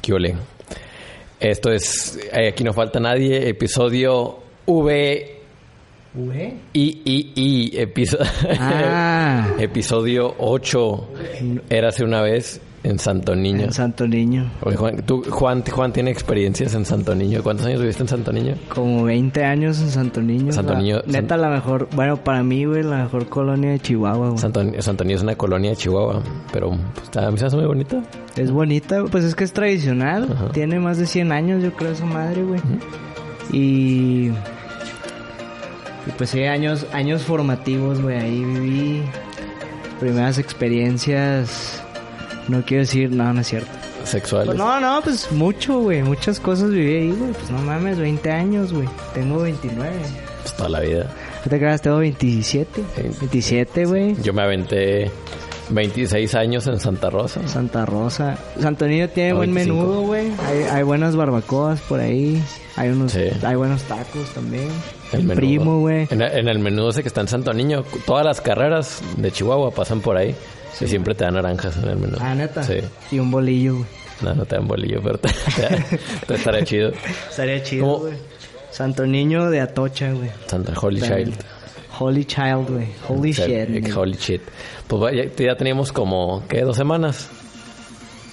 ¿Qué ole? Esto es eh, Aquí no falta nadie, episodio V ¿Ure? I I I episo- Ah. episodio 8 Érase una vez en Santo Niño. En Santo Niño. Oye, Juan, tú- Juan, Juan tiene experiencias en Santo Niño. ¿Cuántos años viviste en Santo Niño? Como 20 años en Santo Niño. Santo la- Niño- Neta, la mejor. Bueno, para mí, güey, la mejor colonia de Chihuahua, güey. Santo, Santo Niño es una colonia de Chihuahua, pero pues, está, a mí se me hace muy bonita. Es bonita, pues es que es tradicional. Ajá. Tiene más de 100 años, yo creo, su madre, güey. Y. Y pues sí, años, años formativos, güey. Ahí viví primeras experiencias. No quiero decir, no, no es cierto. Sexuales. Pues no, no, pues mucho, güey. Muchas cosas viví ahí, güey. Pues no mames, 20 años, güey. Tengo 29. Pues, toda la vida. No te creas, tengo 27. Sí. 27, güey. Yo me aventé 26 años en Santa Rosa. Santa Rosa. Santo Niño tiene Ah, buen 25. menudo, güey. Hay, hay buenas barbacoas por ahí. Hay unos Sí. hay buenos tacos también. El El menudo. primo, güey. En, en el menudo ese que está en Santo Niño, todas las carreras de Chihuahua pasan por ahí. Y siempre te dan naranjas en el menudo. Ah, neta. Sí. Y un bolillo, güey. No, no te dan bolillo, pero te, te- te estará chido. Estaría chido, ¿Cómo? güey. Santo Niño de Atocha, güey. Santa Holy También. Child. Holy Child, güey. Holy Sí, shit. eh, güey. Holy shit. Pues vaya, ya teníamos como, ¿qué? Dos semanas.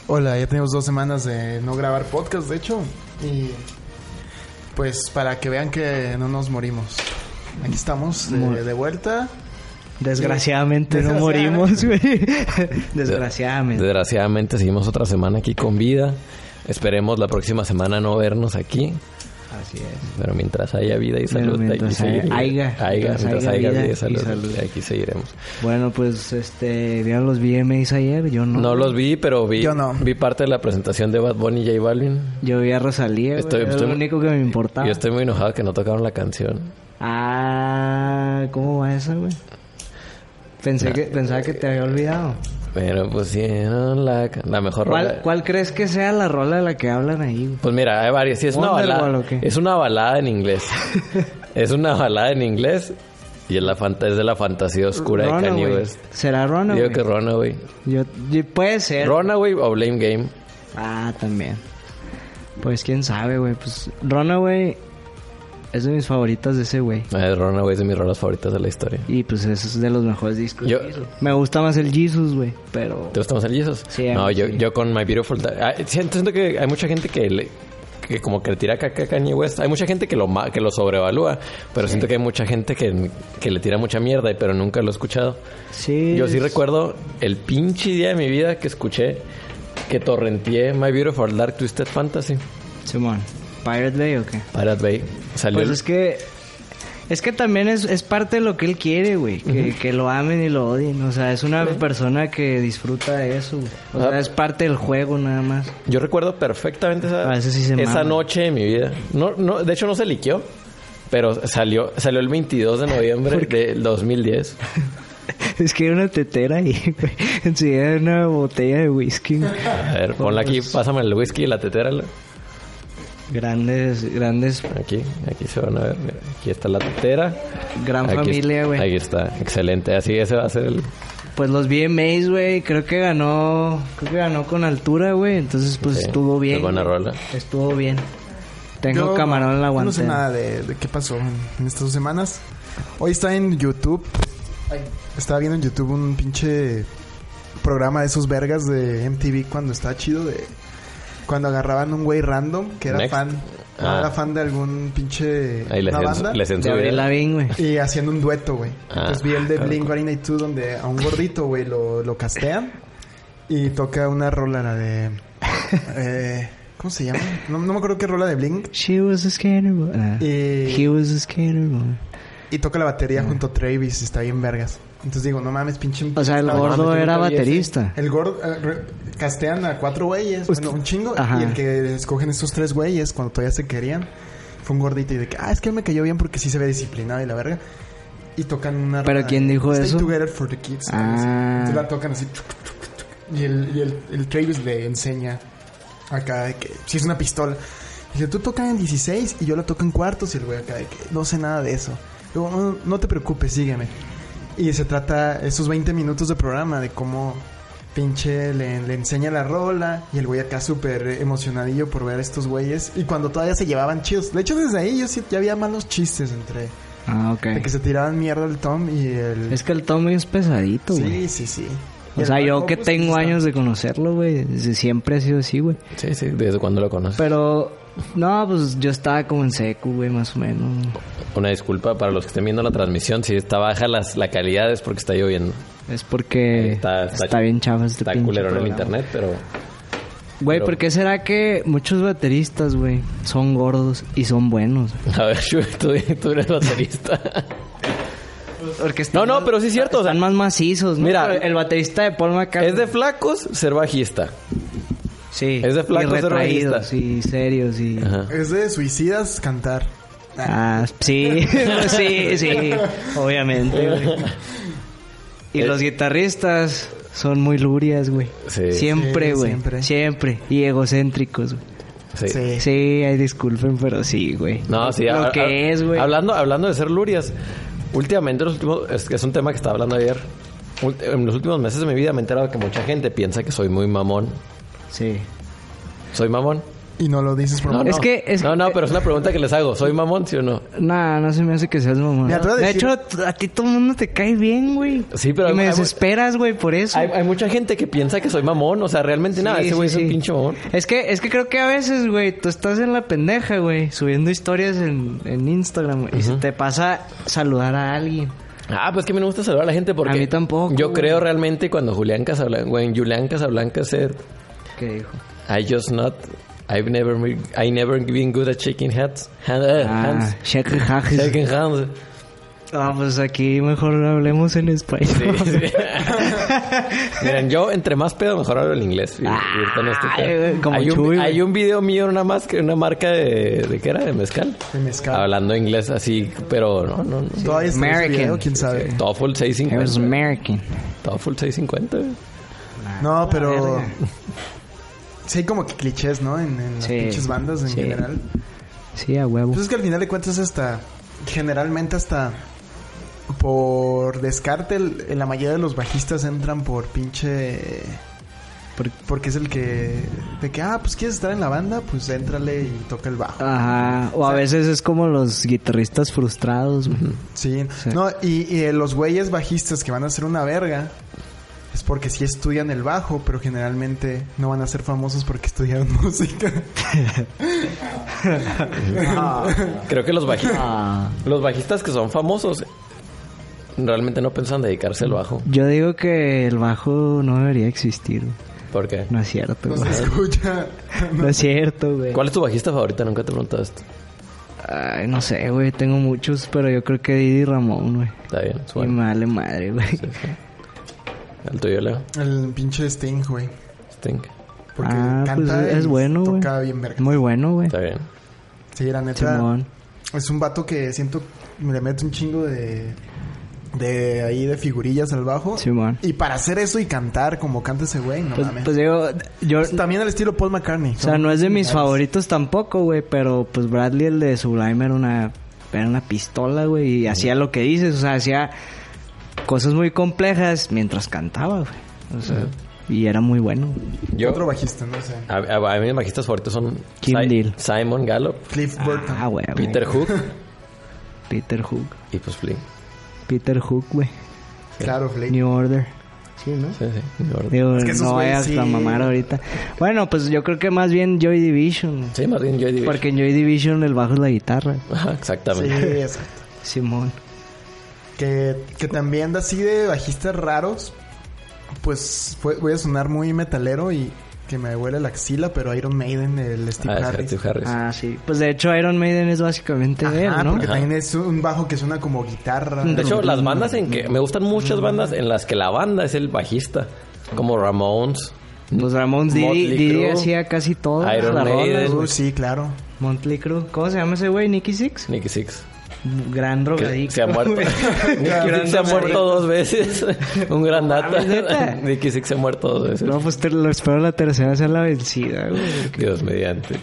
Hola, ya tenemos dos semanas de no grabar podcast, de hecho. Y pues para que vean que no nos morimos. Aquí estamos de, de vuelta. Desgraciadamente no morimos, güey. Desgraciadamente. Desgraciadamente seguimos otra semana aquí con vida. Esperemos la próxima semana no vernos aquí. Así es. Pero mientras haya vida y Pero salud, mientras aquí haya- seguiremos. haiga, mientras mientras haiga haya vida vida y y salud, salud. aquí seguiremos. Bueno, pues, este, ¿vieron los VMAs ayer? Yo no. No los vi, pero vi, Yo no. vi parte de la presentación de Bad Bunny y J Balvin. Yo vi a Rosalía, güey. Estoy- Era estoy- lo único que me importaba. Yo estoy muy enojado que no tocaron la canción. Ah, ¿cómo va esa, güey? Pensé que, pensaba que te había olvidado. Pero pusieron la, ca- la mejor ¿Cuál, rola. cuál crees que sea la rola de la que hablan ahí, güey? Pues mira, hay varias. Sí, es una Wonderwall, balada. ¿o qué? Es una balada en inglés. es una balada en inglés y es, la fanta- es de la fantasía oscura de Kanye Runaway. West. ¿Será Digo Runaway? que Runaway. Yo, yo- puede ser. Runaway o Blame Game. ah, también. Pues quién sabe, güey. Pues Runaway es de mis favoritas de ese güey. Eh, Runaway es de mis rolas favoritas de la historia. Y pues eso es de los mejores discos. Yo- de Jesus. Me gusta más el Jesus, güey. Pero... ¿Te gustan los anillos? Sí, a No, mí yo, sí. yo con My Beautiful Dark. ah, siento, siento que hay mucha gente que le que como que le tira caca a Kanye West. Hay mucha gente que lo ma- que lo sobrevalúa, pero siento que hay mucha gente que, que le tira mucha mierda, pero nunca lo he escuchado. Sí. Yo sí es- recuerdo el pinche día de mi vida que escuché que torrenteé My Beautiful Dark Twisted Fantasy. Simón. ¿Pirate Bay o qué? Pirate Bay. Salió Pues el- es que. Es que también es, es parte de lo que él quiere, güey. Que, que lo amen y lo odien. O sea, es una persona que disfruta de eso, güey. O Ah. sea, es parte del juego nada más. Yo recuerdo perfectamente esa, Ah, ese sí se esa mama. noche de mi vida. No, no, de hecho no se liqueó, pero salió, salió el 22 de noviembre del 2010. Es que hay una tetera ahí, güey. Enseguida hay una botella de whisky. güey. A ver, ponla aquí, pues. pásame el whisky y la tetera. lo- Grandes, grandes. Aquí, aquí se van a ver. mira, aquí está la tetera. Gran Aquí- familia, güey. Aquí está, excelente. Así ese va a ser el... Pues los VMAs, güey. Creo que ganó. Creo que ganó con altura, güey. Entonces, pues sí, estuvo bien. Es eh, buena güey. rola. Estuvo bien. Tengo Yo camarón en la No sé guantera. nada de, de qué pasó en, en estas dos semanas. Hoy está en YouTube. Estaba viendo en YouTube un pinche programa de esos vergas de MTV cuando estaba chido de cuando agarraban un güey random que era Next. fan, no Ah. era fan de algún pinche Ahí les una censu- banda les De censuré. Avril Lavigne, güey. y haciendo un dueto, güey. Ah. Entonces vi el de Blink 182 donde a un gordito, güey, lo, lo castean y toca una rola la de eh, ¿cómo se llama? No, no me acuerdo qué rola de Blink She was a skater boy. Ah. Eh. He was a skater boy. Y toca la batería junto a Travis, está bien vergas. Entonces digo, no mames, pinche... O sea, el Ah, gordo mames, era tengo que ir, baterista. sí. El gordo... eh, re- castean a cuatro güeyes. Usted- bueno, un chingo. Pues Ajá. Y el que escogen estos tres güeyes cuando todavía se querían... Fue un gordito y de que... Ah, es que él me cayó bien porque sí se ve disciplinado y la verga. Y tocan una... ¿Pero rola quién de, dijo Stay eso? together for the kids. Ah. Entonces la tocan así... tuc, tuc, tuc, tuc, Y el, y el, el Travis le enseña... Acá de que... Si es una pistola. Dice, tú tocan en 16 y yo la toco en cuartos. Y el güey acá de que... No sé nada de eso. Digo, no, no te preocupes, sígueme. Y se trata esos 20 minutos de programa de cómo pinche le, le enseña la rola y el güey acá súper emocionadillo por ver a estos güeyes y cuando todavía se llevaban chidos. De hecho, desde ahí yo sí, ya había malos chistes entre... Ah, ok. De que se tiraban mierda el Tom y el... Es que el Tommy es pesadito, güey. sí, sí, sí. pues, o sea, yo que tengo años de conocerlo, güey, desde siempre ha sido así, güey. Sí, sí, desde cuando lo conoces. Pero, no, pues yo estaba como en secu, güey, más o menos. Una disculpa para los que estén viendo la transmisión. Si está baja las, la calidad es porque está lloviendo. Es porque Está- está, está- bien chava este Está pinche culero en el programa. internet, pero... Güey, Pero- ¿por qué será que muchos bateristas, güey, son gordos y son buenos? A ver, Shu, tú, tú eres baterista. Porque No, no, pero sí es cierto, o sea- Están más macizos, ¿no? Mira, Pero el baterista de Paul McCartney. es de flacos ser bajista. Sí. es de flacos, Y es de retraídos bajista. y serios y... Ajá. Es de suicidas cantar. Ah, sí, sí, sí, obviamente, güey. Y los guitarristas son muy lurias, güey. Sí. siempre, Sí, güey. siempre. siempre. Y egocéntricos, güey. Sí. Sí. Sí, ay, disculpen, pero sí, güey. No, sí. Lo ha- que ha- es, güey. Hablando, hablando de ser lurias, últimamente, los últimos- es, que es un tema que estaba hablando ayer. Ult- En los últimos meses de mi vida me he enterado que mucha gente piensa que soy muy mamón. Sí. ¿Soy mamón? Y no lo dices por No, mal. no. Es que- es no, que- eh, no, pero es una pregunta que les hago. ¿Soy mamón, sí o no? Nah, no se me hace que seas mamón. Mira, te voy a de decir- hecho, t- a ti todo el mundo te cae bien, güey. Sí, pero Y me hay- hay- desesperas, güey, por eso. Hay, hay mucha gente que piensa que soy mamón. O sea, realmente nada. Sí, Ese güey sí, es un sí. pinche mamón. Es que, es que creo que a veces, güey, tú estás en la pendeja, güey, subiendo historias en, en Instagram, güey, y se te pasa saludar a alguien. Ah, pues que a mí no me gusta saludar a la gente porque... A mí tampoco, Yo güey. creo realmente cuando Julián Casablanca... When Julián Casablanca said... ¿Qué dijo? I just not... I've never... re- I never been good at shaking hands. hand- uh, Ah, hands. Shaq Hajes. Shaking hands. Ah, pues aquí mejor hablemos en español. Sí, sí. Miren, yo entre más pedo mejor hablo el inglés. Y- y ahorita no estoy Ay, claro. Ah, güey, como hay, un, Chuy, güey. hay un video mío en una, máscara, una marca de... ¿De qué era? ¿De mezcal? De mezcal. Hablando inglés así, pero no, no, no. Todavía está en ese American. video, quién sabe. TOEFL He was 650. American. TOEFL 650. güey. No, pero. verga. Sí, hay como que clichés, ¿no? En, en las Sí. pinches bandas en Sí. general. Sí, a huevo. Pues es que al final de cuentas, hasta. Generalmente, hasta. Por descarte, el- en la mayoría de los bajistas entran por pinche. Por- Porque es el que. De que, ah, pues quieres estar en la banda, pues éntrale y toca el bajo. Ajá. O a veces es como los guitarristas frustrados, güey. Sí. No, y, y eh, los güeyes bajistas que van a ser una verga. Es porque sí estudian el bajo, pero generalmente no van a ser famosos porque estudiaron música. Creo que los bajistas, Ah. los bajistas que son famosos realmente no piensan dedicarse al bajo. Yo digo que el bajo no debería existir. güey. ¿Por qué? No es cierto, No güey. se escucha. No es cierto, güey. ¿Cuál es tu bajista favorita? Nunca te he preguntado esto. Ay, no sé, güey. Tengo muchos, pero yo creo que Didi Ramón, güey. Está bien, es Y bueno. me vale madre, güey. El tuyo, Leo. El pinche Sting, güey. Stink. Porque Ah, pues canta es y bueno, güey. toca bien verga. Muy bueno, güey. Está bien. Sí, la neta. Simón. Es un vato que siento me le mete un chingo de de ahí de figurillas al bajo. Simón. Y para hacer eso y cantar como canta ese güey, no Pues, mames. pues digo, yo... También el estilo Paul McCartney. O sea, no es de mis favoritos tampoco, güey. Pero pues Bradley, el de Sublime, era una, era una pistola, güey. Y hacía lo que dices. O sea, hacía cosas muy complejas mientras cantaba, güey. O sea, y era muy bueno. Yo, Otro bajista, no sé. a, a- a mí mis bajistas favoritos son Kim Si- Deal. Simon Gallup, Cliff Burton. Ah, güey. güey. Peter Hook Peter Hook. y pues Flynn. Peter Hook, güey. Claro, Blake. New Order. Sí, ¿no? Sí, sí. mi orden. Digo, Es que esos no güeyes vayas sí- a mamar ahorita. Bueno, pues yo creo que más bien Joy Division. güey. Sí, más bien Joy Division. Porque en Joy Division el bajo es la guitarra. Ajá, Sí, exactamente. exacto. Simón. Que, que también de así de bajistas raros. Pues fue- voy a sonar muy metalero y que me huele la axila, pero Iron Maiden, el Steve Ah, Harris. Steve Harris. Ah, sí. Pues de hecho Iron Maiden es básicamente Ajá, él, ¿no? porque también es un bajo que suena como guitarra. De hecho, las bandas en que... Me gustan muchas Mm. bandas en las que la banda es el bajista. Como Ramones. Pues Ramón Didi, Motley Didi Crue, hacía casi todo. Iron las rolas, Maiden. güey. Uh, sí, claro. Motley Crue. ¿Cómo se llama ese güey? Nicky Six. Nicky Six. que Gran drogadicto. se ha muerto. güey. Nicky Six se ha muerto dos veces. Un gran dato. mames, Ah, ¿neta? Nicky Six se ha muerto dos veces. No, pues te lo espero la tercera ser la vencida, güey. Dios mediante.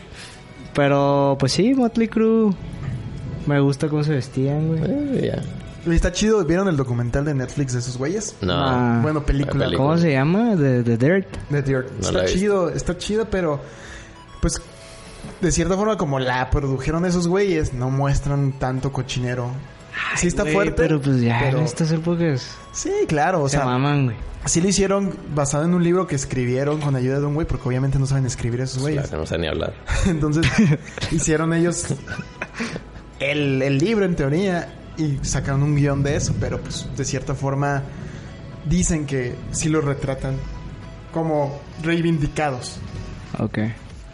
Pero, pues sí, Motley Crue. Me gusta cómo se vestían, güey. Eh, ya. Y está chido. ¿Vieron el documental de Netflix de esos güeyes? No. Ah. Bueno, película. La película. ¿Cómo se llama? The, The Dirt. The Dirt. No la está he visto. chido, está chido, pero pues de cierta forma como la produjeron esos güeyes, no muestran tanto cochinero. Sí está Güey, fuerte. Pero pues ya, pero- en estas épocas Sí, claro, o se sea, maman, güey. sí lo hicieron basado en un libro que escribieron con ayuda de un güey, porque obviamente no saben escribir esos güeyes. Pues pues. Claro, no sé ni hablar. Entonces hicieron ellos el, el libro en teoría y sacaron un guión de eso, pero pues de cierta forma dicen que sí lo retratan como reivindicados. Ok.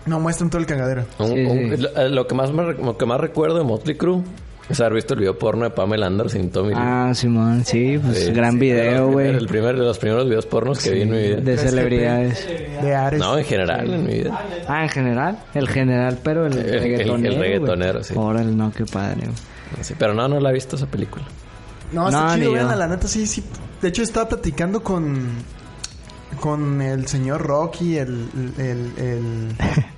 No muestran todo el cagadero. Un- Sí, un- sí. Lo, eh, lo que más me re- lo que más recuerdo de Motley Crue es haber visto el video porno de Pamela Anderson y Tommy Lee. Ah, Simón, sí, pues Sí, gran sí, video, el primer- güey. El primer de los primeros videos pornos que vi en mi vida. De celebridades. De Ares. No, eh. en general, en mi vida. Ah, en general. El general, pero el, El- el- reggaetonero. el güey. reggaetonero, sí. Órale, no, qué padre. güey. Sí, pero no, no la he visto esa película. No, está No, chido, ni vean, yo. la neta sí, sí. De hecho, estaba platicando con. Con el señor Rocky, el. el, el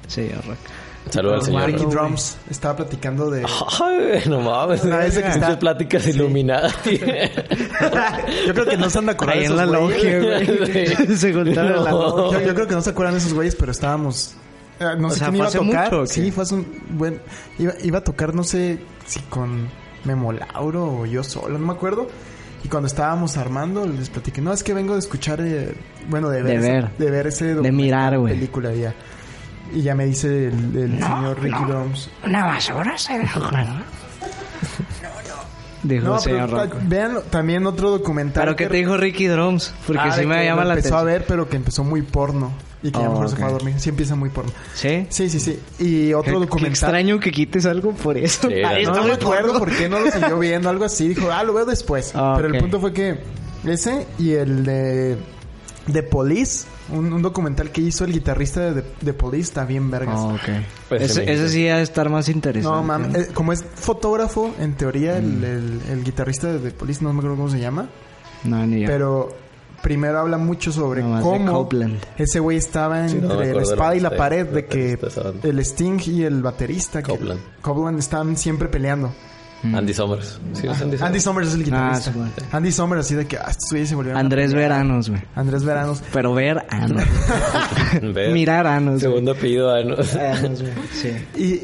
Sí, horror. Saludos Ah, al señor. Marky Rocky. Drums. Estaba platicando de. Ay, no mames. Una vez que Muchas está- pláticas iluminadas. Yo creo que no se han acordado Ahí de en la esos güeyes. logia, güey. Se juntaron en la No. logia. Yo, yo creo que no se acuerdan de esos güeyes, pero estábamos. eh, No O sé sea, quién iba a ¿fue hace tocar. mucho o qué? sí, fue hace un. Bueno, iba, iba a tocar, no sé si con Memo Lauro o yo solo, no me acuerdo. Y cuando estábamos armando, les platiqué. No, es que vengo de escuchar. eh, bueno, de ver. De ese- ver. de ver ese. De mirar, documental, güey. Película, ya. Y ya me dice el, el señor Ricky Drums. Una basura se dejó. Dijo No, el señor pero Rocco. ta- vean también otro documental. ¿Pero qué te dijo Ricky Drums? Porque Ah, sí de me que llama lo la empezó atención. a ver, pero que empezó muy porno. Y que a lo Oh, mejor se ok. fue a dormir. Sí empieza muy porno. ¿Sí? Sí, sí, sí. Y Qué- otro qué documental. extraño que quites algo por eso. Sí, Ay, la neta. No, está no muy recuerdo gordo. por qué no lo siguió viendo, algo así. Dijo, ah, lo veo después. Ah, Pero ok. el punto fue que ese y el de The Police, un, un documental que hizo el guitarrista de The, The Police, está bien vergas. Ah, ok. Pues ese, sí, ese sí ha de estar más interesante. no, mames. Eh, como es fotógrafo, en teoría, Mm. el, el- el guitarrista de The Police, no me acuerdo cómo se llama. No, ni yo. Pero primero habla mucho sobre Nomás de cómo Copeland. ese güey estaba Sí, no me entre acuerdo la espada y la de- pared de- de que de esa banda. el Sting y el baterista que- Copeland. Copeland están siempre peleando. Andy Summers. Sí, es Andy Andy Summers. Summers es el guitarrista. Ah, sí, bueno. Andy Summers así de que ah, estos güeyes se volvieron Andrés Veranos, güey. Andrés Veranos. Pero ver anos. Ver. Mirar anos. güey. Segundo apellido, ah, no. Anos, güey. Sí.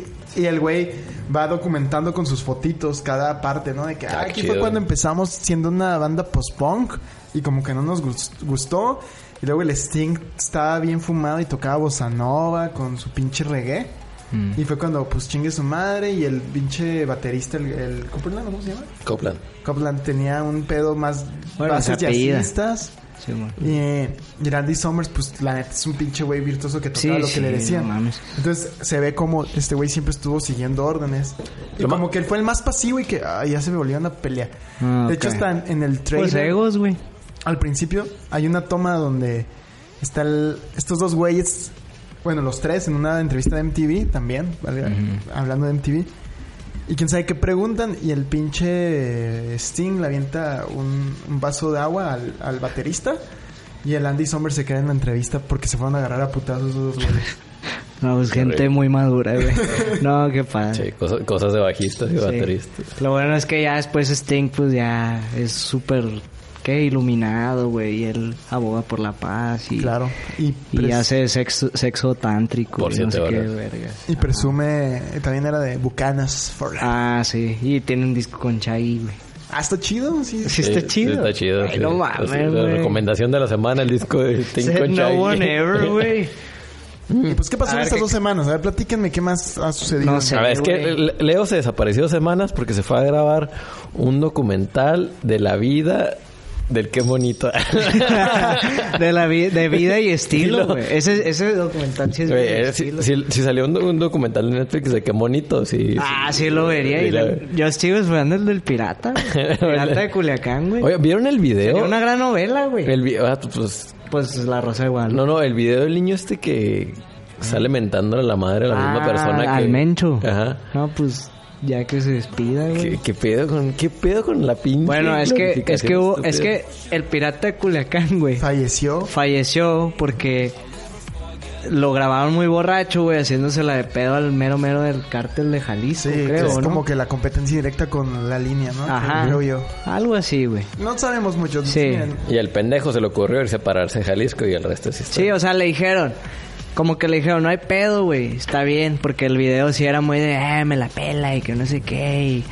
Y, y el güey va documentando con sus fotitos cada parte, ¿no? De que Ah, ah, aquí chido. fue cuando empezamos siendo una banda post-punk y como que no nos gus- gustó. Y luego el Sting estaba bien fumado y tocaba bossa nova con su pinche reggae. Mm. Y fue cuando, pues, chingue su madre y el pinche baterista, el... el ¿Copeland, ¿Cómo se llama? Copland. Copeland tenía un pedo más... Bueno, bases se apellida. jazzistas. Sí, güey. Y, eh, y Randy Summers, pues la neta es un pinche güey virtuoso que tocaba Sí, Pues lo que sí, le decían. no mames. Entonces se ve como este güey siempre estuvo siguiendo órdenes. Y Lo ma- como que él fue el más pasivo y que ay, ya se volvieron a pelear. Ah, De hecho, ok. hasta en, en el trailer, Pues egos, güey. al principio, hay una toma donde está el- estos dos güeyes, bueno, los tres, en una entrevista de MTV también, valga- hablando de MTV. Y quién sabe qué preguntan. Y el pinche Sting le avienta un, un vaso de agua al, al baterista. Y el Andy Sommer se queda en la entrevista porque se fueron a agarrar a putazos esos dos güeyes. No, pues gente horrible. muy madura, güey. No, qué padre. Sí, cosas, cosas de bajistas y bateristas. Lo bueno es que ya después Sting, pues ya es súper, ¿qué? Iluminado, güey. Y él aboga por la paz y, Claro. Y, y pres- hace sexo, sexo tántrico. Por y no siete sé qué horas. vergas. y presume. También era de Bucanas for Life. Ah, sí. Y tiene un disco con Chai, güey. Ah, está chido. Sí, Sí, está chido. Sí, está chido. Ay, sí. no Así, mames, La güey. recomendación de la semana, el disco de Tin Said Concha No y- one ever, güey. Y pues, ¿qué pasó A en ver, estas ¿qué- dos semanas? A ver, platíquenme qué más ha sucedido. No sé. A ver, es que güey. Le- Leo se desapareció semanas porque se fue a grabar un documental de la vida Del qué bonito. de, la vi- de vida y estilo, güey. Ese, ese documental sí es Güey, vida y eh, si, estilo. si- si salió un, un documental de Netflix de qué bonito, sí. ah, sí lo vería. Sí, y la- la- yo sigo esperando el del pirata. güey. pirata de Culiacán, güey. Oye, ¿vieron el video? Sería una gran novela, güey. El vi- ah, pues, Pues La Rosa de Guadalupe. no, no, el video del niño este que sale mentándole a la madre a la misma Ah, persona que... Al Mencho. Ajá. No, pues ya que se despida, güey. ¿Qué, qué pedo con, ¿Qué pedo con la pinche? Bueno, es que, es que hubo, glorificación es estúpida? que el pirata de Culiacán, güey, Falleció. falleció porque lo grabaron muy borracho, güey, haciéndosela de pedo al mero mero del cártel de Jalisco, Sí, que creo, es ¿no? como que la competencia directa con la línea, ¿no? Ajá. Creo yo. Algo así, güey. No sabemos mucho. Sí. Miren, Y al pendejo se le ocurrió irse a pararse en Jalisco y el resto es Sí, historia. o sea, le dijeron. Como que le dijeron, no hay pedo, güey, está bien, porque el video sí era muy de, eh, me la pela y que no sé qué. Y,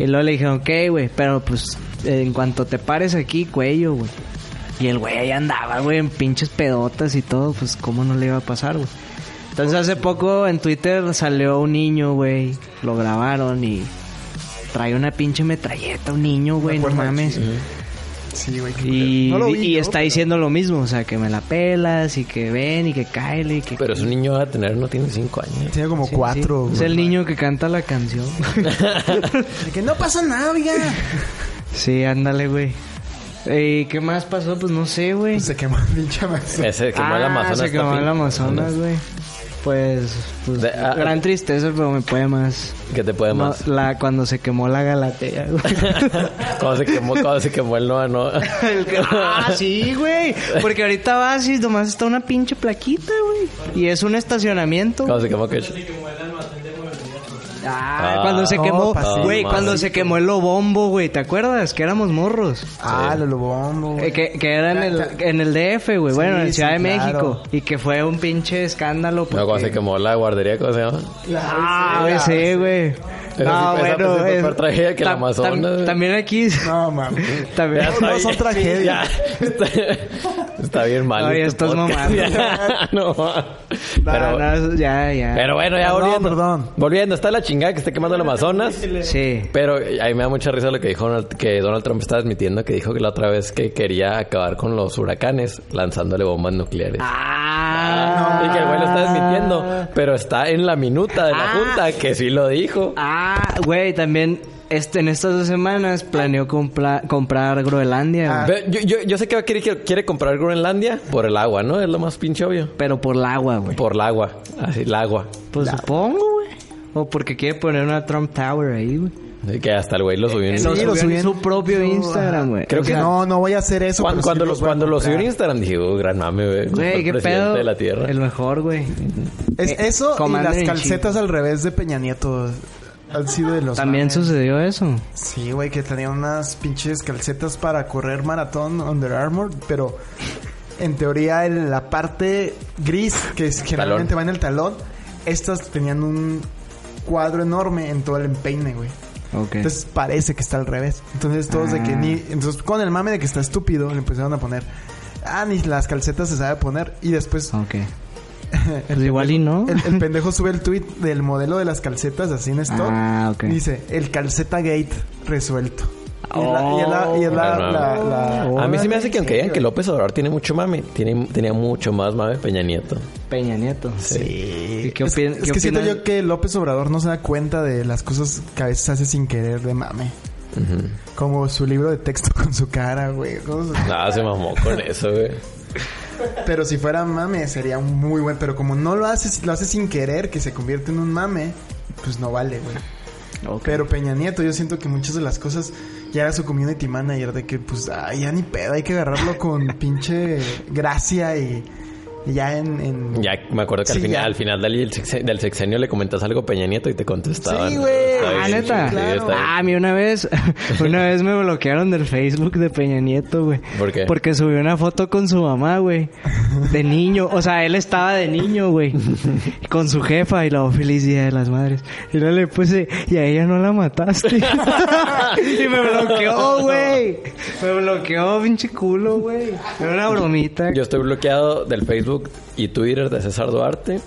y luego le dijeron, ok, güey, pero pues eh, en cuanto te pares aquí, cuello, güey. Y el güey ahí andaba, güey, en pinches pedotas y todo, pues cómo no le iba a pasar, güey. Entonces hace poco en Twitter salió un niño, güey, lo grabaron y trae una pinche metralleta, un niño, güey, no acuerdo, mames. sí. Sí, güey. Y, qué culero. Pues, No lo vi y yo, está pero- diciendo lo mismo, o sea, que me la pelas y que ven y que cáele y que... Pero es un niño a tener, no tiene cinco años. Tiene como Sí, cuatro. sí. Es güey. el niño que canta la canción. De que no pasa nada, oiga. sí, ándale, güey. Eh, ¿Y qué más pasó? Pues no sé, güey. Se quemó el pinche Amazonas. Ese quemó el Ah, Amazonas. Se quemó está el fin- Amazonas, güey. Pues, pues, De- ah, gran ah. tristeza, pero me puede más. ¿Qué te puede más? No, la, cuando se quemó la Galatea, güey. cuando, se quemó, cuando se quemó el Noa, no. ah, sí, güey. Porque ahorita vas y nomás está una pinche plaquita, güey. Y es un estacionamiento. Cuando se quemó que... Ah, Ah, cuando se no, quemó, pasito. güey, cuando Pasito. se quemó el lobombo, güey, ¿te acuerdas? Que éramos morros. Ah, lo lobombo. güey. Eh, que, que era en el, en el DF, güey, bueno, en sí, Ciudad de claro. México. Y que fue un pinche escándalo. No, cuando se porque- quemó la guardería, ¿cómo se llama? Ah, güey, sí, güey. Pero sí, esa pues sí fue peor tragedia que el tam- Amazonas, tam- güey. También aquí. No, mami. También. Ya está no bien. son tragedias. Ya, está, está bien mal. No, ya este estás podcast. mamando. Ya, no. Pero, No, no, ya, ya. pero bueno, Ah, ya Perdón, volviendo. perdón. Volviendo, está la chingada que está quemando el Amazonas. sí. Pero a mí me da mucha risa lo que dijo Donald- que Donald Trump está admitiendo que dijo que la otra vez que quería acabar con los huracanes lanzándole bombas nucleares. Ah, Y que el güey lo está admitiendo, pero está en la minuta de la Ah. junta que sí lo dijo. Ah, güey, también este, en estas dos semanas planeó compra- comprar Groenlandia, güey. Ve- Yo, yo- yo sé que va a querer- quiere, quiere comprar Groenlandia por el agua, ¿no? Es lo más pinche obvio. pero por el agua, güey. Por el agua. Así, el agua. Pues supongo, güey. O porque quiere poner una Trump Tower ahí, güey. Así que hasta el güey lo subió en Lo Sí, lo subió subí en en- su propio Instagram, güey. Creo O que sea, No, no voy a hacer eso. Cuando, pero sí cuando, los- voy a cuando lo subió en comprar. Instagram dije, oh, gran mame, güey. Güey, el qué presidente pedo. de la tierra. El mejor, güey. Es Eh, eso y Commander las in calcetas al revés de Peña Nieto. Han sido de los. También mames. sucedió eso. Sí, güey, que tenía unas pinches calcetas para correr maratón Under Armour, pero en teoría en la parte gris, que es- generalmente va en el talón, estas tenían un cuadro enorme en todo el empeine, güey. Ok. Entonces parece que está al revés. Entonces todos de que Ah. ni... Entonces con el mame de que está estúpido le empezaron a poner... Ah, ni las calcetas se sabe poner. Y después ok. Pues igual y no. el, el pendejo sube el tweet del modelo de las calcetas así en stock. Ah, ok. Dice, el calceta gate resuelto. Y es la- y es la- y es la- Oh. la- la- A mí se me hace que aunque digan que López Obrador tiene mucho mame, tiene, tenía mucho más mame Peña Nieto. Peña Nieto. Sí. ¿Y qué es, opin- es qué que siento opina- yo que López Obrador no se da cuenta de las cosas que a veces hace sin querer de mame. Como su libro de texto con su cara, güey. cosas así. Nada, se mamó con eso, güey. Pero si fuera mame sería un muy buen. Pero como no lo hace, lo hace sin querer, que se convierte en un mame, pues no vale, güey. Ok. Pero Peña Nieto, yo siento que muchas de las cosas ya era su community manager de que pues ay, ya ni pedo, hay que agarrarlo con pinche gracia y, y ya en, en- Ya me acuerdo que al, Sí, final, ya. al final del, sexenio, del sexenio le comentas algo a Peña Nieto y te contestaban. Sí, güey. Está Ah, bien, neta. sí, está bien. Ah, a mí una vez, una vez me bloquearon del Facebook de Peña Nieto, güey. ¿Por qué? Porque subió una foto con su mamá, güey. De niño. O sea, él estaba de niño, güey. Con su jefa y la feliz día de las madres. Y luego le puse, y a ella no la mataste. y me bloqueó, güey. Me bloqueó, pinche culo, güey. Era una bromita. Yo estoy bloqueado del Facebook y Twitter de César Duarte.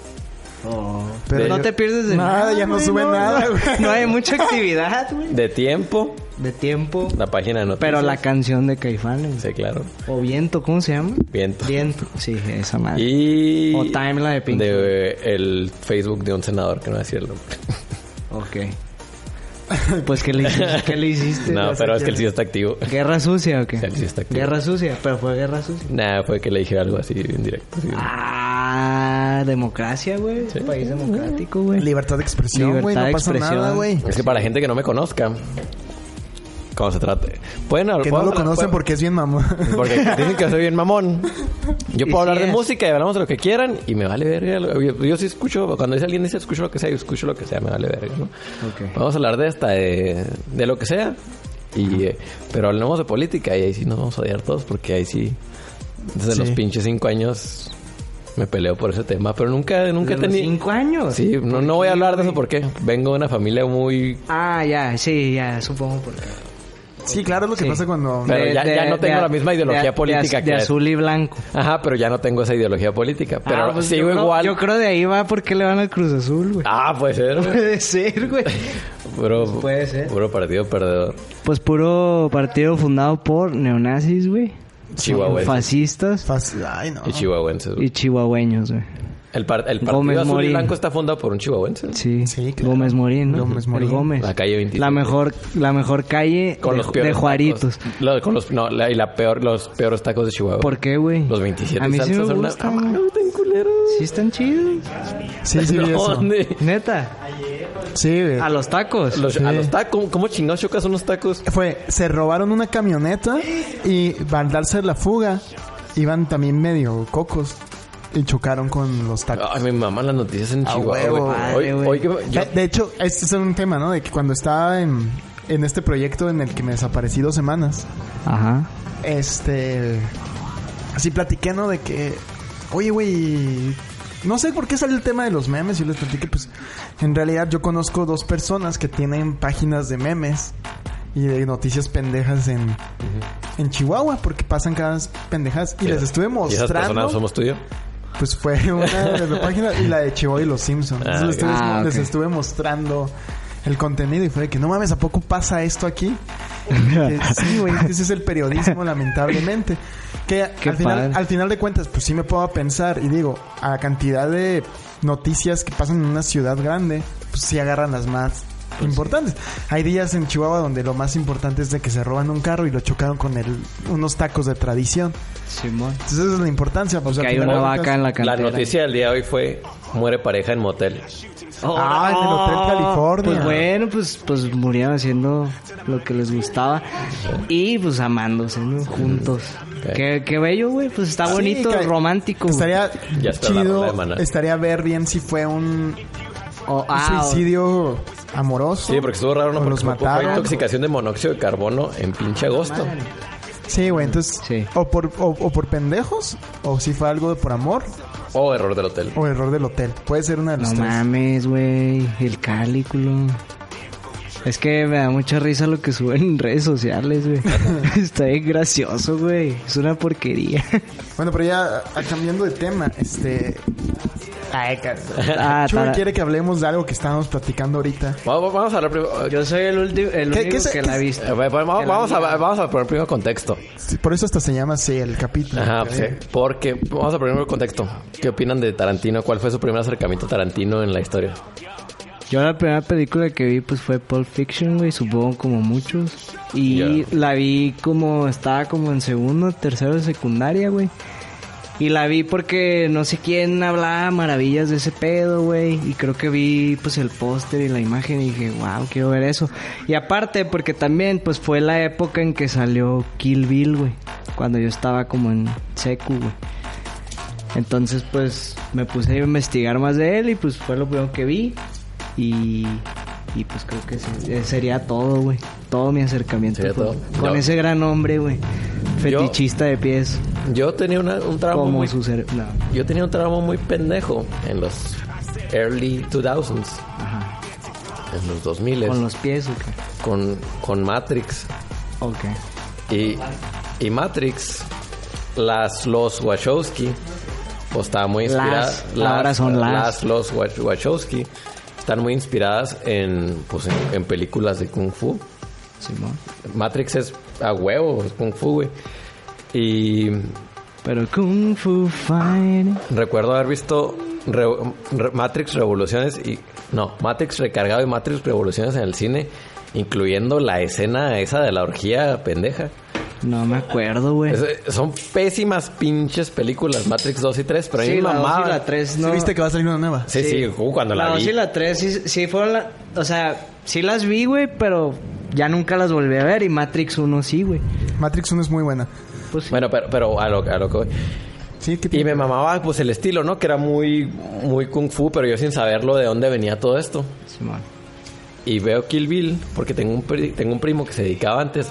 pero no yo- te pierdes de nada, nada. ya no güey, sube nada, güey. No hay mucha actividad, güey. De tiempo, de tiempo. La página de noticias. Pero la canción de Caifanes. Sí, claro. O Viento, ¿cómo se llama? Viento. Viento, sí, esa madre. Y... O Time, la de Pink. De, eh, el Facebook de un senador, que no voy a decir el nombre. Ok. Pues, ¿qué le hiciste? ¿Qué le hiciste? No, ya sé pero es que quién él sí está activo. ¿Guerra sucia o qué? Sí, él sí está activo. Guerra sucia, pero fue guerra sucia. Nada, fue que le dije algo así en directo. así. Ah, democracia, güey. Sí. País democrático, güey. Libertad de expresión, güey. Libertad No de pasa expresión. nada, güey. Es que para la gente que no me conozca, ¿cómo se trate? Pueden hablar. Que no puedo lo hablar- conocen puedo- porque es bien mamón. Porque dicen que soy bien mamón. Yo Y puedo hablar sí de es. música y hablamos de lo que quieran y me vale verga. lo- Yo, yo sí escucho, cuando dice alguien dice escucho lo que sea, yo escucho lo que sea, me vale verga, ¿no? Ok. Vamos a hablar de esta, de, de lo que sea. Y, eh, pero hablemos de política y ahí sí nos vamos a odiar todos porque ahí sí, desde Sí. los pinches cinco años me peleo por ese tema. Pero nunca, nunca he Desde los tenido... cinco años. Sí, no, no voy a hablar de eso porque vengo de una familia muy... Ah, ya, sí, ya, supongo por qué. sí, claro, es lo que Sí. pasa cuando... Pero ya- ya no tengo a- la misma ideología de a- de política az- que De él. azul y blanco. Ajá, pero ya no tengo esa ideología política. Pero Ah, pues yo sigo creo- igual. Yo creo de ahí va porque le van al Cruz Azul, güey. Ah, puede ser. Puede ser, güey. Puro, puede ser. Puro partido perdedor. Pues puro partido fundado por neonazis, güey. Chihuahuenses. Fascistas Fácil. Ay, no. Y chihuahuenses. güey. y chihuahueños, güey. El, par- el partido Gómez azul y Morín. blanco está fundado por un chihuahuense. Sí. Sí, claro. Gómez Morín, ¿no? Gómez El Morín. Gómez. La calle 27. La mejor, la mejor calle Con de, los peores de Juaritos. tacos. Lo- con los, no, la- y la peor, los peores tacos de Chihuahua. ¿Por qué, güey? Los 27 A mí sí salsas me son una- gustan, Ah, güey. no, están culeros. Sí están chidos. Sí, sí, vi eso. ¿Dónde? Neta. Sí, güey. A los tacos. Los- A los tacos. ¿Cómo chingados chocas unos tacos? Fue, se robaron una camioneta y al darse la fuga iban también medio cocos y chocaron con los tacos. Ay, mi mamá las noticias en A Chihuahua. huevo. güey. Madre, Hoy- güey. hoy que me- Ah, yo- De, de hecho, este es un tema, ¿no? De que cuando estaba en, en este proyecto en el que me desaparecí dos semanas, Ajá. este... Así platiqué, ¿no? De que, oye, güey, no sé por qué sale el tema de los memes. Yo les platiqué, pues, en realidad yo conozco dos personas que tienen páginas de memes y de noticias pendejas en, en Chihuahua, porque pasan cada pendejas. Y les estuve ¿Y esas personas mostrando, somos tú y yo? pues fue una de las páginas y la de Chihuahua y los Simpsons. Ah, Entonces les, estuve, ah, les ok. estuve mostrando el contenido y fue de que, no mames, ¿a poco pasa esto aquí? Que sí, güey, ese es el periodismo, lamentablemente. Que Qué al final, padre. al final de cuentas, pues sí me puedo pensar y digo, a la cantidad de noticias que pasan en una ciudad grande, pues sí agarran las más Pues importantes. Hay días en Chihuahua donde lo más importante es de que se roban un carro y lo chocaron con el, unos tacos de tradición. Simón. Entonces esa es la importancia. Pues, Que al hay final una de cuentas- vaca en la La cantera. noticia del día de hoy fue... Muere pareja en motel. Ah, en el Hotel California. Pues bueno, pues, pues murieron haciendo lo que les gustaba y pues amándose, ¿no? Juntos. Ok. Qué, qué bello, güey. Pues está Sí, bonito, que- romántico. güey. Estaría Ya está la rola de chido, Maná. estaría ver bien si fue un, O- un ah, o- suicidio amoroso. Sí, porque estuvo raro, ¿no? O Porque los fue- fue mataron. intoxicación de monóxido de carbono en pinche agosto. Sí, güey, entonces... Sí. O, por, o, o por pendejos, o si fue algo de por amor, O error del hotel. o error del hotel. Puede ser una de las No tres. mames, güey. El cálculo. Es que me da mucha risa lo que suben en redes sociales, güey. Está bien gracioso, güey. Es una porquería. Bueno, pero ya a- cambiando de tema, este... Ay, Ah, Chuy tara- quiere que hablemos de algo que estábamos platicando ahorita. Vamos, vamos a hablar primero. Yo soy el, ulti- el ¿Qué- único qué se- que qué la ha se- visto. Eh, bueno, vamos, Que la vamos a, diga. vamos a poner primero contexto. Sí, Por eso hasta se llama así el capítulo. Ajá, pues Ok. sí. Porque, vamos a poner primero contexto. ¿Qué opinan de Tarantino? ¿Cuál fue su primer acercamiento a Tarantino en la historia? Yo la primera película que vi pues fue Pulp Fiction, güey, supongo como muchos. Y Ya. la vi como estaba como en segundo, tercero de secundaria, güey. Y la vi porque no sé quién hablaba maravillas de ese pedo, güey. Y creo que vi pues el póster y la imagen y dije, wow, quiero ver eso. Y aparte porque también pues fue la época en que salió Kill Bill, güey. Cuando yo estaba como en secu, güey. Entonces, pues me puse a investigar más de él y pues fue lo primero que vi. Y, y pues creo que se- eh, sería todo, güey. Todo mi acercamiento Sería con, todo. con Yo- ese gran hombre, güey. Fetichista de pies. Yo tenía una- un trauma Como muy... su ser. No. Yo tenía un trauma muy pendejo en los early 2000s. Ajá. En los 2000s. Con Con, los pies, ¿o qué? con, Matrix. Ok. Y, y Matrix, las los Wachowski, pues estaba muy Las, inspiradas. ahora son las. los Wach- Wachowski están muy inspiradas en, pues, en, en películas de Kung Fu. Simón. Matrix es a huevo, es Kung Fu, güey. Y Pero Kung Fu Fighting. recuerdo haber visto Re- Re- Matrix Revoluciones y. No, Matrix Recargado y Matrix Revoluciones en el cine, incluyendo la escena esa de la orgía pendeja. No me acuerdo, güey. Es- son pésimas pinches películas, Matrix 2 y 3, pero a mí me la dos mamaba. y la 3 ¿Sí no. ¿Viste que va a salir una nueva? Sí, sí, uh, cuando la, la vi. dos y la 3 sí, sí fueron la... O sea, sí las vi, güey, pero ya nunca las volví a ver. Y Matrix 1 sí, güey. Matrix 1 es muy buena. Pues sí. Bueno, pero, pero a, lo, a lo que voy. Sí, que Y me mamaba pues el estilo, ¿no? Que era muy, muy kung fu, pero yo sin saberlo de dónde venía todo esto. Simón. Y veo Kill Bill porque tengo un, pri- tengo un primo que se dedicaba antes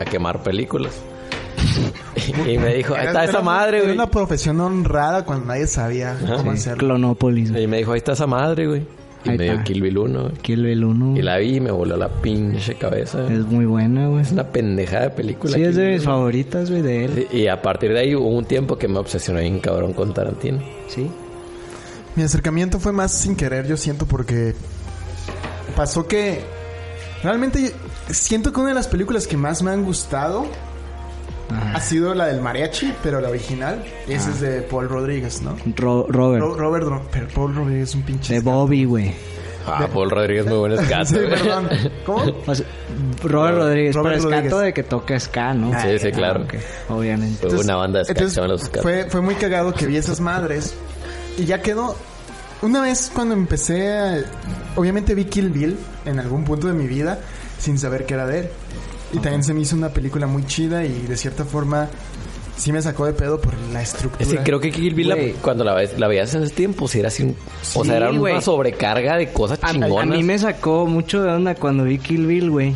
a quemar películas. y me dijo, ahí está esa madre, Era güey. una profesión honrada cuando nadie sabía cómo hacerlo. Clonópolis, güey. Y me dijo, ahí está esa madre, güey. Y Ahí me dio está. Kill Bill 1, güey. Kill Bill 1 Y la vi y me voló la pinche cabeza. güey. es muy buena, güey. Es una pendejada de película. Sí, es Kill de Bill. mis favoritas, güey, de él. Y a partir de ahí hubo un tiempo que me obsesioné bien cabrón con Tarantino. Sí. Mi acercamiento fue más sin querer, yo siento, porque pasó que realmente siento que una de las películas que más me han gustado ha sido la del mariachi, pero la original. Esa Ah. es de Paul Rodríguez, ¿no? Ro- Robert. Ro- Robert, Ro- pero Paul Rodríguez es un pinche. de Bobby, güey. Ah, Paul Rodríguez, muy buen Sí, escaso. güey. perdón. ¿Cómo? O sea, Robert Rodríguez, Robert pero es Rodríguez. canto de que toca ska, ¿no? Ah, Sí, sí, claro. Pues, ok, Obviamente. Fue una banda de ska que se Entonces, llama Los Scars. fue, fue muy cagado que vi esas madres. Y ya quedó. Una vez cuando empecé a- Obviamente vi Kill Bill en algún punto de mi vida sin saber que era de él. Y también se me hizo una película muy chida y de cierta forma sí me sacó de pedo por la estructura. Es que creo que Kill Bill, la- Güey. cuando la, ve- la veías en ese tiempo, sí era así. un- o Sí, sea, era una güey. sobrecarga de cosas A, chingonas. a mí me sacó mucho de onda cuando vi Kill Bill, güey.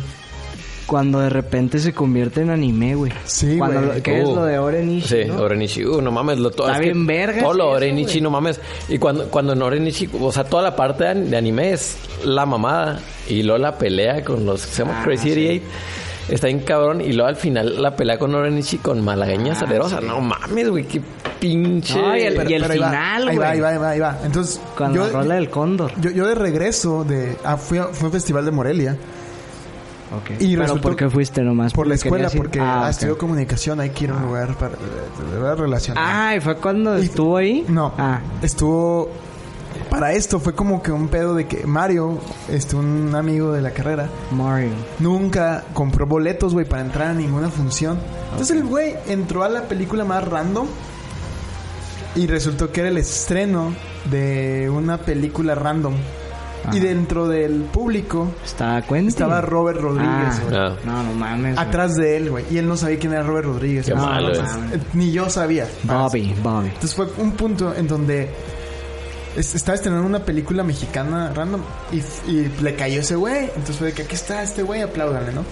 Cuando de repente se convierte en anime, güey. Sí, Cuando güey. lo- ¿Qué es Uh, lo de Orenishi? Sí, ¿no? Orenichi. Uh, no mames. Lo, todo, Está bien vergas Todo lo eso, Orenichi, güey. no mames. Y cuando, cuando en Orenichi, o sea, toda la parte de, an- de anime es la mamada. Y luego la pelea con los que se llaman Ah, Crazy sí. 88. Está bien cabrón. Y luego al final la pelea con Orenichi con Malagueña Salerosa. No mames, güey. Qué pinche. Ah, No, y el- Pero- y el pero ahí va, final, Ahí va, güey. ahí va, ahí va, ahí va. Entonces, Con la rola del cóndor. yo, yo de regreso de. ah, fui a- fue a un festival de Morelia. Ah, Ok. Y ¿Pero resultó- por qué fuiste nomás? Por la querías escuela, ir? porque Ah, ah, ok. estudió comunicación, hay que ir a un lugar para, eh, para relacionar. Ah, ¿y fue cuando estuvo ahí? No. Ah. Estuvo. Para esto fue como que un pedo de que Mario, este, un amigo de la carrera, Mario. nunca compró boletos, güey, para entrar a ninguna función. Entonces el güey entró a la película más random y resultó que era el estreno de una película random. Y dentro del público ¿Estaba cuenta? estaba Robert Rodríguez, Ah. güey. Ah, No, no mames. güey. Atrás de él, güey. Y él no sabía quién era Robert Rodríguez. Qué No, malo no es. mames. Ni yo sabía. Bobby, Bobby. Entonces fue un punto en donde es- estaba estrenando una película mexicana random y, y le cayó ese güey. Entonces fue de que aquí está este güey, apláudale, ¿no?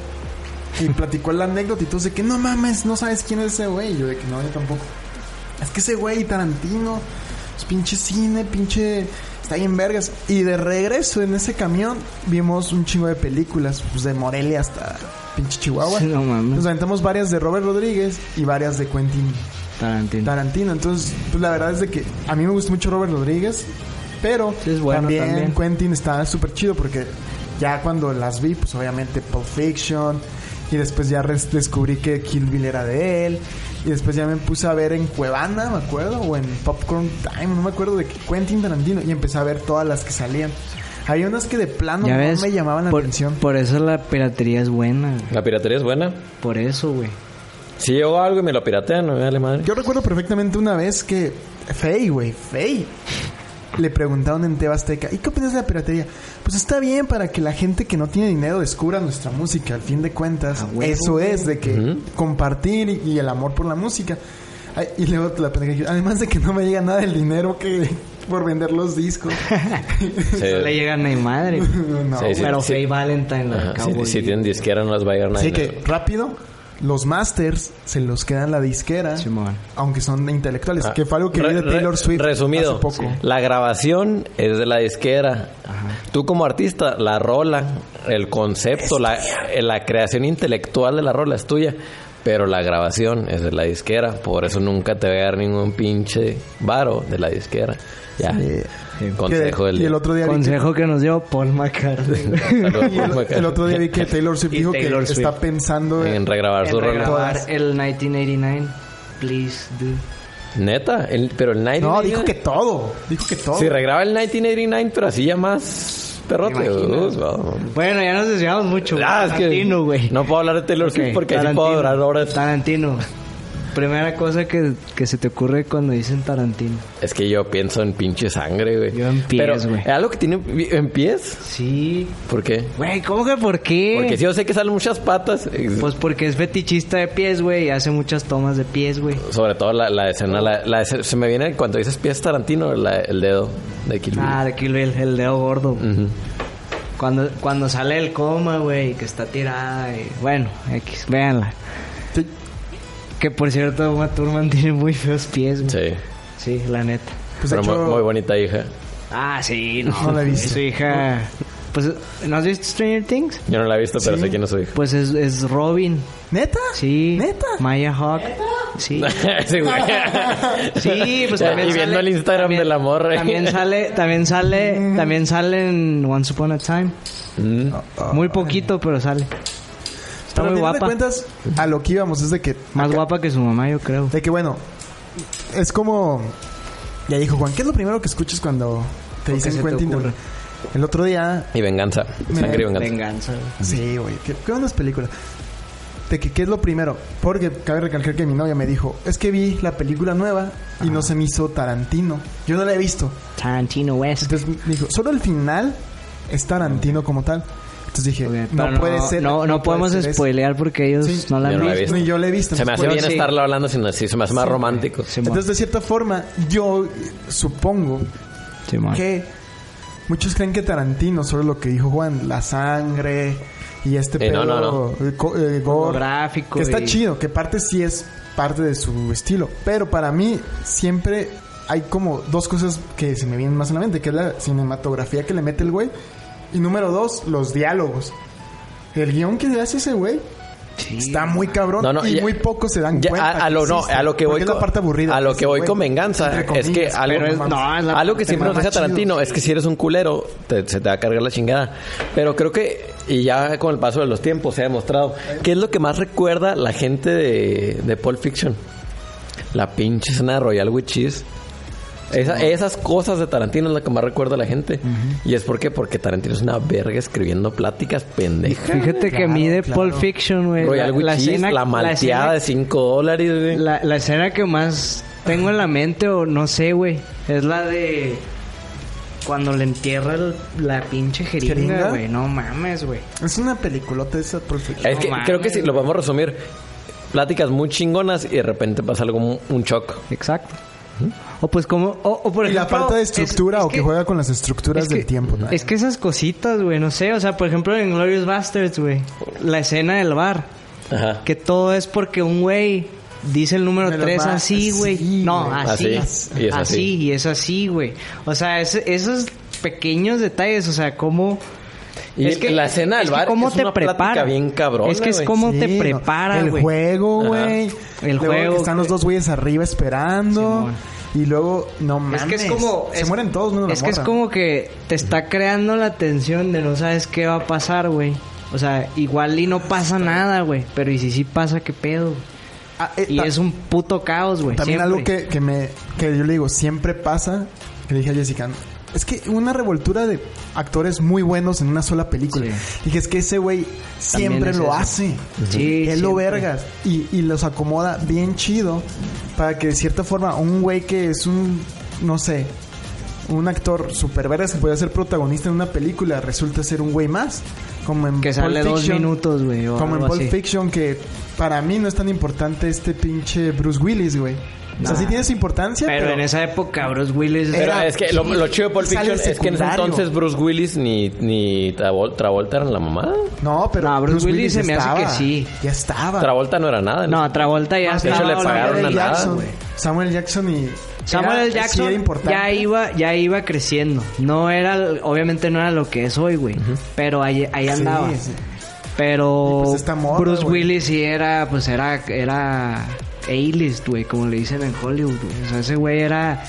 Y platicó la anécdota y todo de que no mames, no sabes quién es ese güey. Y yo de que no, yo tampoco. Es que ese güey Tarantino, es pinche cine, pinche. Está ahí en vergas. Y de regreso en ese camión vimos un chingo de películas, pues de Morelia hasta pinche Chihuahua. No mames. Nos aventamos varias de Robert Rodríguez y varias de Quentin Tarantino. Tarantino. Entonces, pues la verdad es de que a mí me gusta mucho Robert Rodríguez, pero Sí, es bueno también, también. Quentin está súper chido porque ya cuando las vi, pues obviamente Pulp Fiction y después ya res- descubrí que Kill Bill era de él y después ya me puse a ver en Cuevana, me acuerdo, o en Popcorn Time, no me acuerdo de que Quentin Tarantino y empecé a ver todas las que salían. Hay unas que de plano ya Ah, no ves, me llamaban la por, atención. por eso la piratería es buena, güey. la piratería es buena. Por eso, güey. Si llevo algo y me lo piratean, no me vale madre. Yo recuerdo perfectamente una vez que Fey, güey, Fey. Le preguntaron en Tebasteca, ¿y qué opinas de la piratería? Pues está bien para que la gente que no tiene dinero descubra nuestra música, al fin de cuentas. A Ah, huevo, eso güey. es, de que compartir y, y el amor por la música. Ay, y luego la pendeja, además de que no me llega nada del dinero que por vender los discos. Sí. No le llegan a mi madre. No, Sí, sí, pero sí. Faye Valentine, la de Ajá, si, Cowboy si Bebop. tienen disquera no las va a llegar nadie. Así que, rápido, los masters se los quedan la disquera, Simón. aunque son intelectuales, Ah, que fue algo que re- vi de re- Taylor Swift Resumido, hace poco. la grabación es de la disquera. Tú como artista, la rola, el concepto, la, eh, la creación intelectual de la rola es tuya. Pero la grabación es de la disquera. Por eso nunca te voy a dar ningún pinche varo de la disquera. Ya. Sí. Consejo Que- del Y el día. otro día vi que- Consejo que nos dio Paul McCartney. Saludos, y el- Paul el otro día vi que Taylor Swift Y dijo Taylor que Swift. está pensando McCartney. En regrabar su En rola. regrabar Todas. el 1989. Please do. Neta, el- pero el 1989. No, dijo que todo. Dijo que todo. Si regraba el 1989, pero así ya más perrote. ¿Te imaginas? Uh, no. Bueno, ya nos desviamos mucho. Ah, es que Tarantino, güey. No puedo hablar de Taylor Swift Ok, porque ahí sí Tarantino. puedo durar horas. Tarantino. Primera cosa que, que se te ocurre cuando dicen Tarantino. Es que yo pienso en pinche sangre, güey. Yo en pies, Pero, güey. ¿Es algo que tiene en pies? Sí. ¿Por qué? Güey, ¿cómo que por qué? Porque si yo sé que salen muchas patas. eh, Pues porque es fetichista de pies, güey. Y hace muchas tomas de pies, güey. Sobre todo la, la escena, la, la escena- se me viene cuando dices pies Tarantino, la- el dedo de Kill Bill. Ah, de Kill Bill, el dedo gordo. Ujú. Cuando, cuando sale el coma, güey, que está tirada. y- Bueno, X, véanla. Sí. Que por cierto, Uma Thurman tiene muy feos pies, güey. Sí. Sí, la neta. Pues, de Pero hecho, muy, muy bonita hija. Ah, sí, No la he visto. Su hija. Pues, ¿no has visto Stranger Things? Yo no la he visto, pero Sí. sé quién es su hija. Pues es, es Robin. ¿Neta? Sí. ¿Neta? Maya Hawk. Sí. Sí, güey. Sí, pues también Y viendo el sale- Instagram también- de la morra. También sale, también sale, Mm. también sale en Once Upon a Time. Mm. Muy poquito, pero sale. Está Pero al muy final de guapa. cuentas, a lo que íbamos es de que... Más acá- guapa que su mamá, yo creo. De que, bueno, es como... Ya dijo Juan, ¿qué es lo primero que escuchas cuando te ¿O dicen qué se te Quentin? ocurre? El otro día Y venganza. Sangre y venganza. Venganza. güey. Sí, güey. ¿Qué, qué onda es película? De que, ¿qué es lo primero? Porque cabe recalcar que mi novia me dijo, es que vi la película nueva y no se me hizo Tarantino. Yo no la he visto. Tarantino West. Entonces me dijo, solo el final es Tarantino como tal. Entonces dije, Ok, no, pero puede ser. No, no puede podemos ser eso". spoilear porque ellos Sí. no la Yo han no la he visto. visto. Ni yo la he visto. Se me hace Entonces, bien sí. estarlo hablando sin así, se me hace más romántico. Simón, Entonces, de cierta forma, yo supongo Simón. que muchos creen que Tarantino, solo lo que dijo Juan, la sangre y este Eh, no, pedo no, eh, co- eh, gore, Gráfico que está y- chido, que parte sí es parte de su estilo, pero para mí siempre hay como dos cosas que se me vienen más a la mente, que es la cinematografía que le mete el güey y número dos, los diálogos. El guión que le hace ese güey Sí. está muy cabrón No, no, y ya- muy pocos se dan Ya, cuenta. a, a lo, no, existe, a lo que voy porque es la con- parte aburrida. a lo de que ese voy güey, con venganza entre es que comillas, algo, pero es- no, es la- algo que te siempre nos mama deja chido. Tarantino es que si eres un culero te- se te va a cargar la chingada pero creo que y ya con el paso de los tiempos se ha demostrado qué es lo que más recuerda la gente de, de Pulp Fiction la pinche escena de Royal with Cheese Esa- esas cosas de Tarantino es la que más recuerda a la gente. Y es porque, porque Tarantino es una verga escribiendo pláticas pendejas. Fíjate que a mí de Pulp Fiction, güey. Royal with Cheese, la malteada escena- de 5 dólares. güey. La, la escena que más tengo en la mente, o no sé, güey, es la de cuando le entierra el- la pinche jeringa, ¿Jeringa? güey. No mames, güey. Es una peliculota esa perfecta. Es No que mames. creo que sí, lo podemos resumir. Pláticas muy chingonas y de repente pasa algo, un, un shock. Exacto. O pues como, o, o por Y ejemplo... la falta de es- estructura es o que, juega con las estructuras es que- del tiempo. ¿no? Es que esas cositas, güey, no sé. O sea, por ejemplo, en Glorious Bastards, güey, la escena del bar. Ajá. Que todo es porque un güey dice el número Me lo 3 va- así, güey. así, No, güey. así. Así, Así, y es así. güey. O sea, es- esos pequeños detalles, o sea, cómo... Y la escena del es que bar cómo es te una plática prepara. bien cabrona, Es que es güey. cómo Sí, te no. prepara, El güey. juego, Ajá. güey. El Luego juego, que están los güey. dos güeyes arriba esperando. Simón. Y luego, no mames. Es que es como... Se es- mueren todos, menos la Es que es morra. como que te está creando la tensión de no sabes qué va a pasar, güey. O sea, igual y no pasa nada, güey. Pero y si sí pasa, qué pedo. Ah, eh, Y ta- es un puto caos, güey. También siempre. algo que, que me... Que yo le digo, siempre pasa. Que le dije a Jessica... Es que una revoltura de actores muy buenos en una sola película. Sí. Dije, es que ese güey siempre es lo eso. hace. Sí, Él lo siempre. vergas. Y, y los acomoda bien chido. Para que de cierta forma un güey que es un... No sé. Un actor super vergas que puede ser protagonista en una película resulta ser un güey más. Como en Que Pulp sale dos Fiction. minutos, güey. o Como en algo Pulp así. Fiction, que para mí no es tan importante este pinche Bruce Willis, güey. O sea, Nah. sí tiene su importancia, Pero, pero... en esa época, Bruce Willis. Pero Era- es que lo, lo chido de Pulp Y sale Fiction el es que en ese secundario. entonces Bruce Willis ni, ni Travol- Travolta eran la mamá. No, pero No, Bruce Willis se ya me hace que sí. Ya estaba. Travolta no era nada. ¿no? No, Travolta ya No, de estaba. hecho, le pagaron Samuel a L. nada, Jackson. güey. Samuel Jackson y... Samuel era- L. Sí Jackson era importante. ya iba, ya iba creciendo. No era, obviamente no era lo que es hoy, güey. Pero ahí, ahí Sí, andaba. sí. Pero Y pues está moda, Bruce güey. Willis sí era, pues era, era A-list, güey, como le dicen en Hollywood, güey. O sea, ese güey era,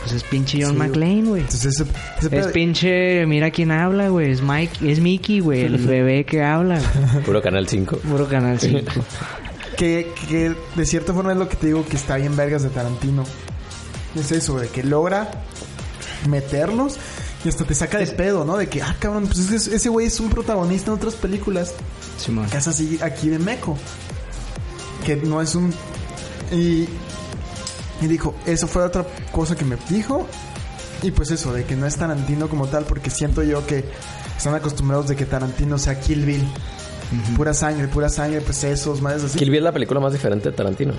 pues es pinche John Sí, güey. McClane, güey. Entonces ese, ese Es pedo- pinche, mira quién habla, güey. Es Mike, es Mickey, güey, el bebé que habla. güey. Puro Canal 5. Puro Canal 5. que, que de cierta forma es lo que te digo que está bien vergas de Tarantino. Es eso, de que logra meterlos y hasta te saca de pedo, ¿no? De que, ah, cabrón, pues ese ese güey es un protagonista en otras películas. Simón. que es así aquí de Meco. Que no es un. Y, y dijo, eso fue otra cosa que me dijo. Y pues eso, de que no es Tarantino como tal, porque siento yo que están acostumbrados de que Tarantino sea Kill Bill. Pura sangre, pura sangre, pues esos, madres así. Kill Bill es la película más diferente de Tarantino.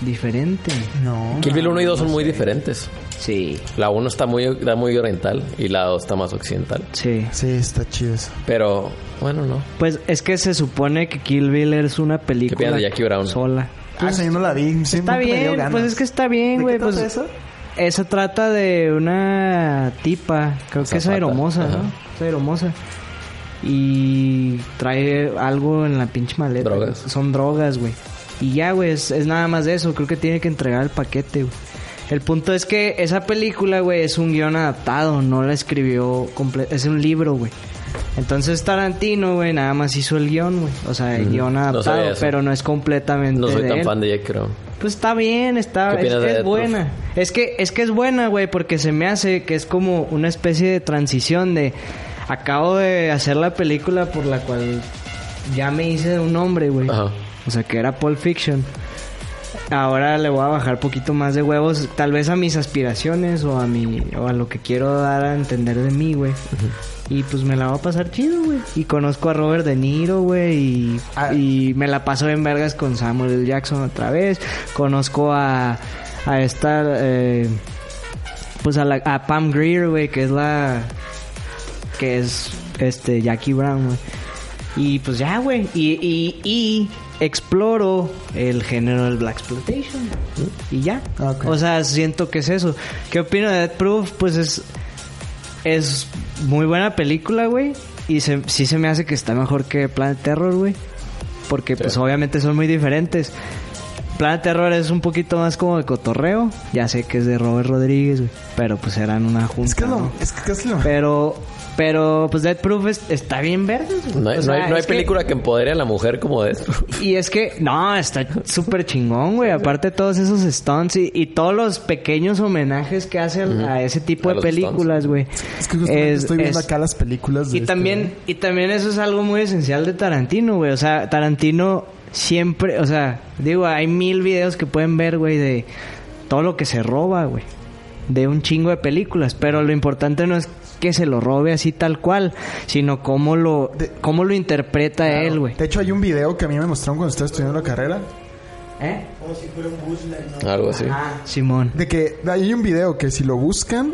Diferente. No. Kill Bill 1 y 2 son muy diferentes. Sí. La 1 está muy, está muy oriental y la 2 está más occidental. Sí. Sí, está chido eso. Pero, bueno, no. Pues es que se supone que Kill Bill es una película opinas de Jackie Brown? sola. Ah, esa yo no la vi. sí, Está nunca me dio bien, ganas. pues es que está ¿De bien, qué güey. trata Pues eso? Esa trata de una tipa, creo que es Zapata, aeromosa, ajá. ¿no? Es aeromosa. Y trae algo en la pinche maleta. Drogas. Son drogas, güey. Y ya, güey, es, es nada más de eso. Creo que tiene que entregar el paquete, güey. El punto es que esa película, güey, es un guión adaptado. No la escribió comple- Es un libro, güey. Entonces Tarantino, güey, nada más hizo el guión, güey. O sea, el guión No adaptado, sabía eso. pero no es completamente No soy de tan él. fan de Jackie Brown. Pues está bien, está ¿Qué es, opinas de es Death Proof? buena. Es que es que es buena, güey, porque se me hace que es como una especie de transición de acabo de hacer la película por la cual ya me hice un nombre, güey. Ajá. O sea, que era Pulp Fiction. Ahora le voy a bajar poquito más de huevos, tal vez a mis aspiraciones o a mi o a lo que quiero dar a entender de mí, güey. Y pues me la va a pasar chido, güey. Y conozco a Robert De Niro, güey. Y, Ah. y me la paso en vergas con Samuel L. Jackson otra vez. Conozco a, a esta. eh, pues a, la, a Pam Greer, güey, que es la. Que es este Jackie Brown, güey. Y pues ya, güey. Y, y, y exploro el género del Black Exploitation. Y ya. Ok. O sea, siento que es eso. ¿Qué opino de Dead Proof? Pues es. Es muy buena película, güey. Y se, sí se me hace que está mejor que Planet Terror, güey. Porque pues obviamente son muy diferentes. Planet Terror es un poquito más como de cotorreo. Ya sé que es de Robert Rodríguez, güey. Pero pues eran una junta. Es que no, ¿no? es que casi lo. Pero, pero pues Dead Proof es- está bien verde. No hay, no hay- no hay película que... empodere a la mujer como esto. y es que, no, está súper chingón, güey. Aparte todos esos stunts y, y todos los pequeños homenajes que hace al- a ese tipo A de los stunts. películas, güey. Es que justamente Es- estoy viendo es- acá las películas de y este- también, y también eso es algo muy esencial de Tarantino, güey. O sea, Tarantino siempre, o sea, digo, hay mil videos que pueden ver, güey, de todo lo que se roba, güey. De un chingo de películas. Pero lo importante no es que se lo robe así tal cual, sino cómo lo, De- cómo lo interpreta él, güey. De hecho, hay un video que a mí me mostraron cuando estaba estudiando la carrera. ¿Eh? Algo así. Ah, Simón. De que hay un video que si lo buscan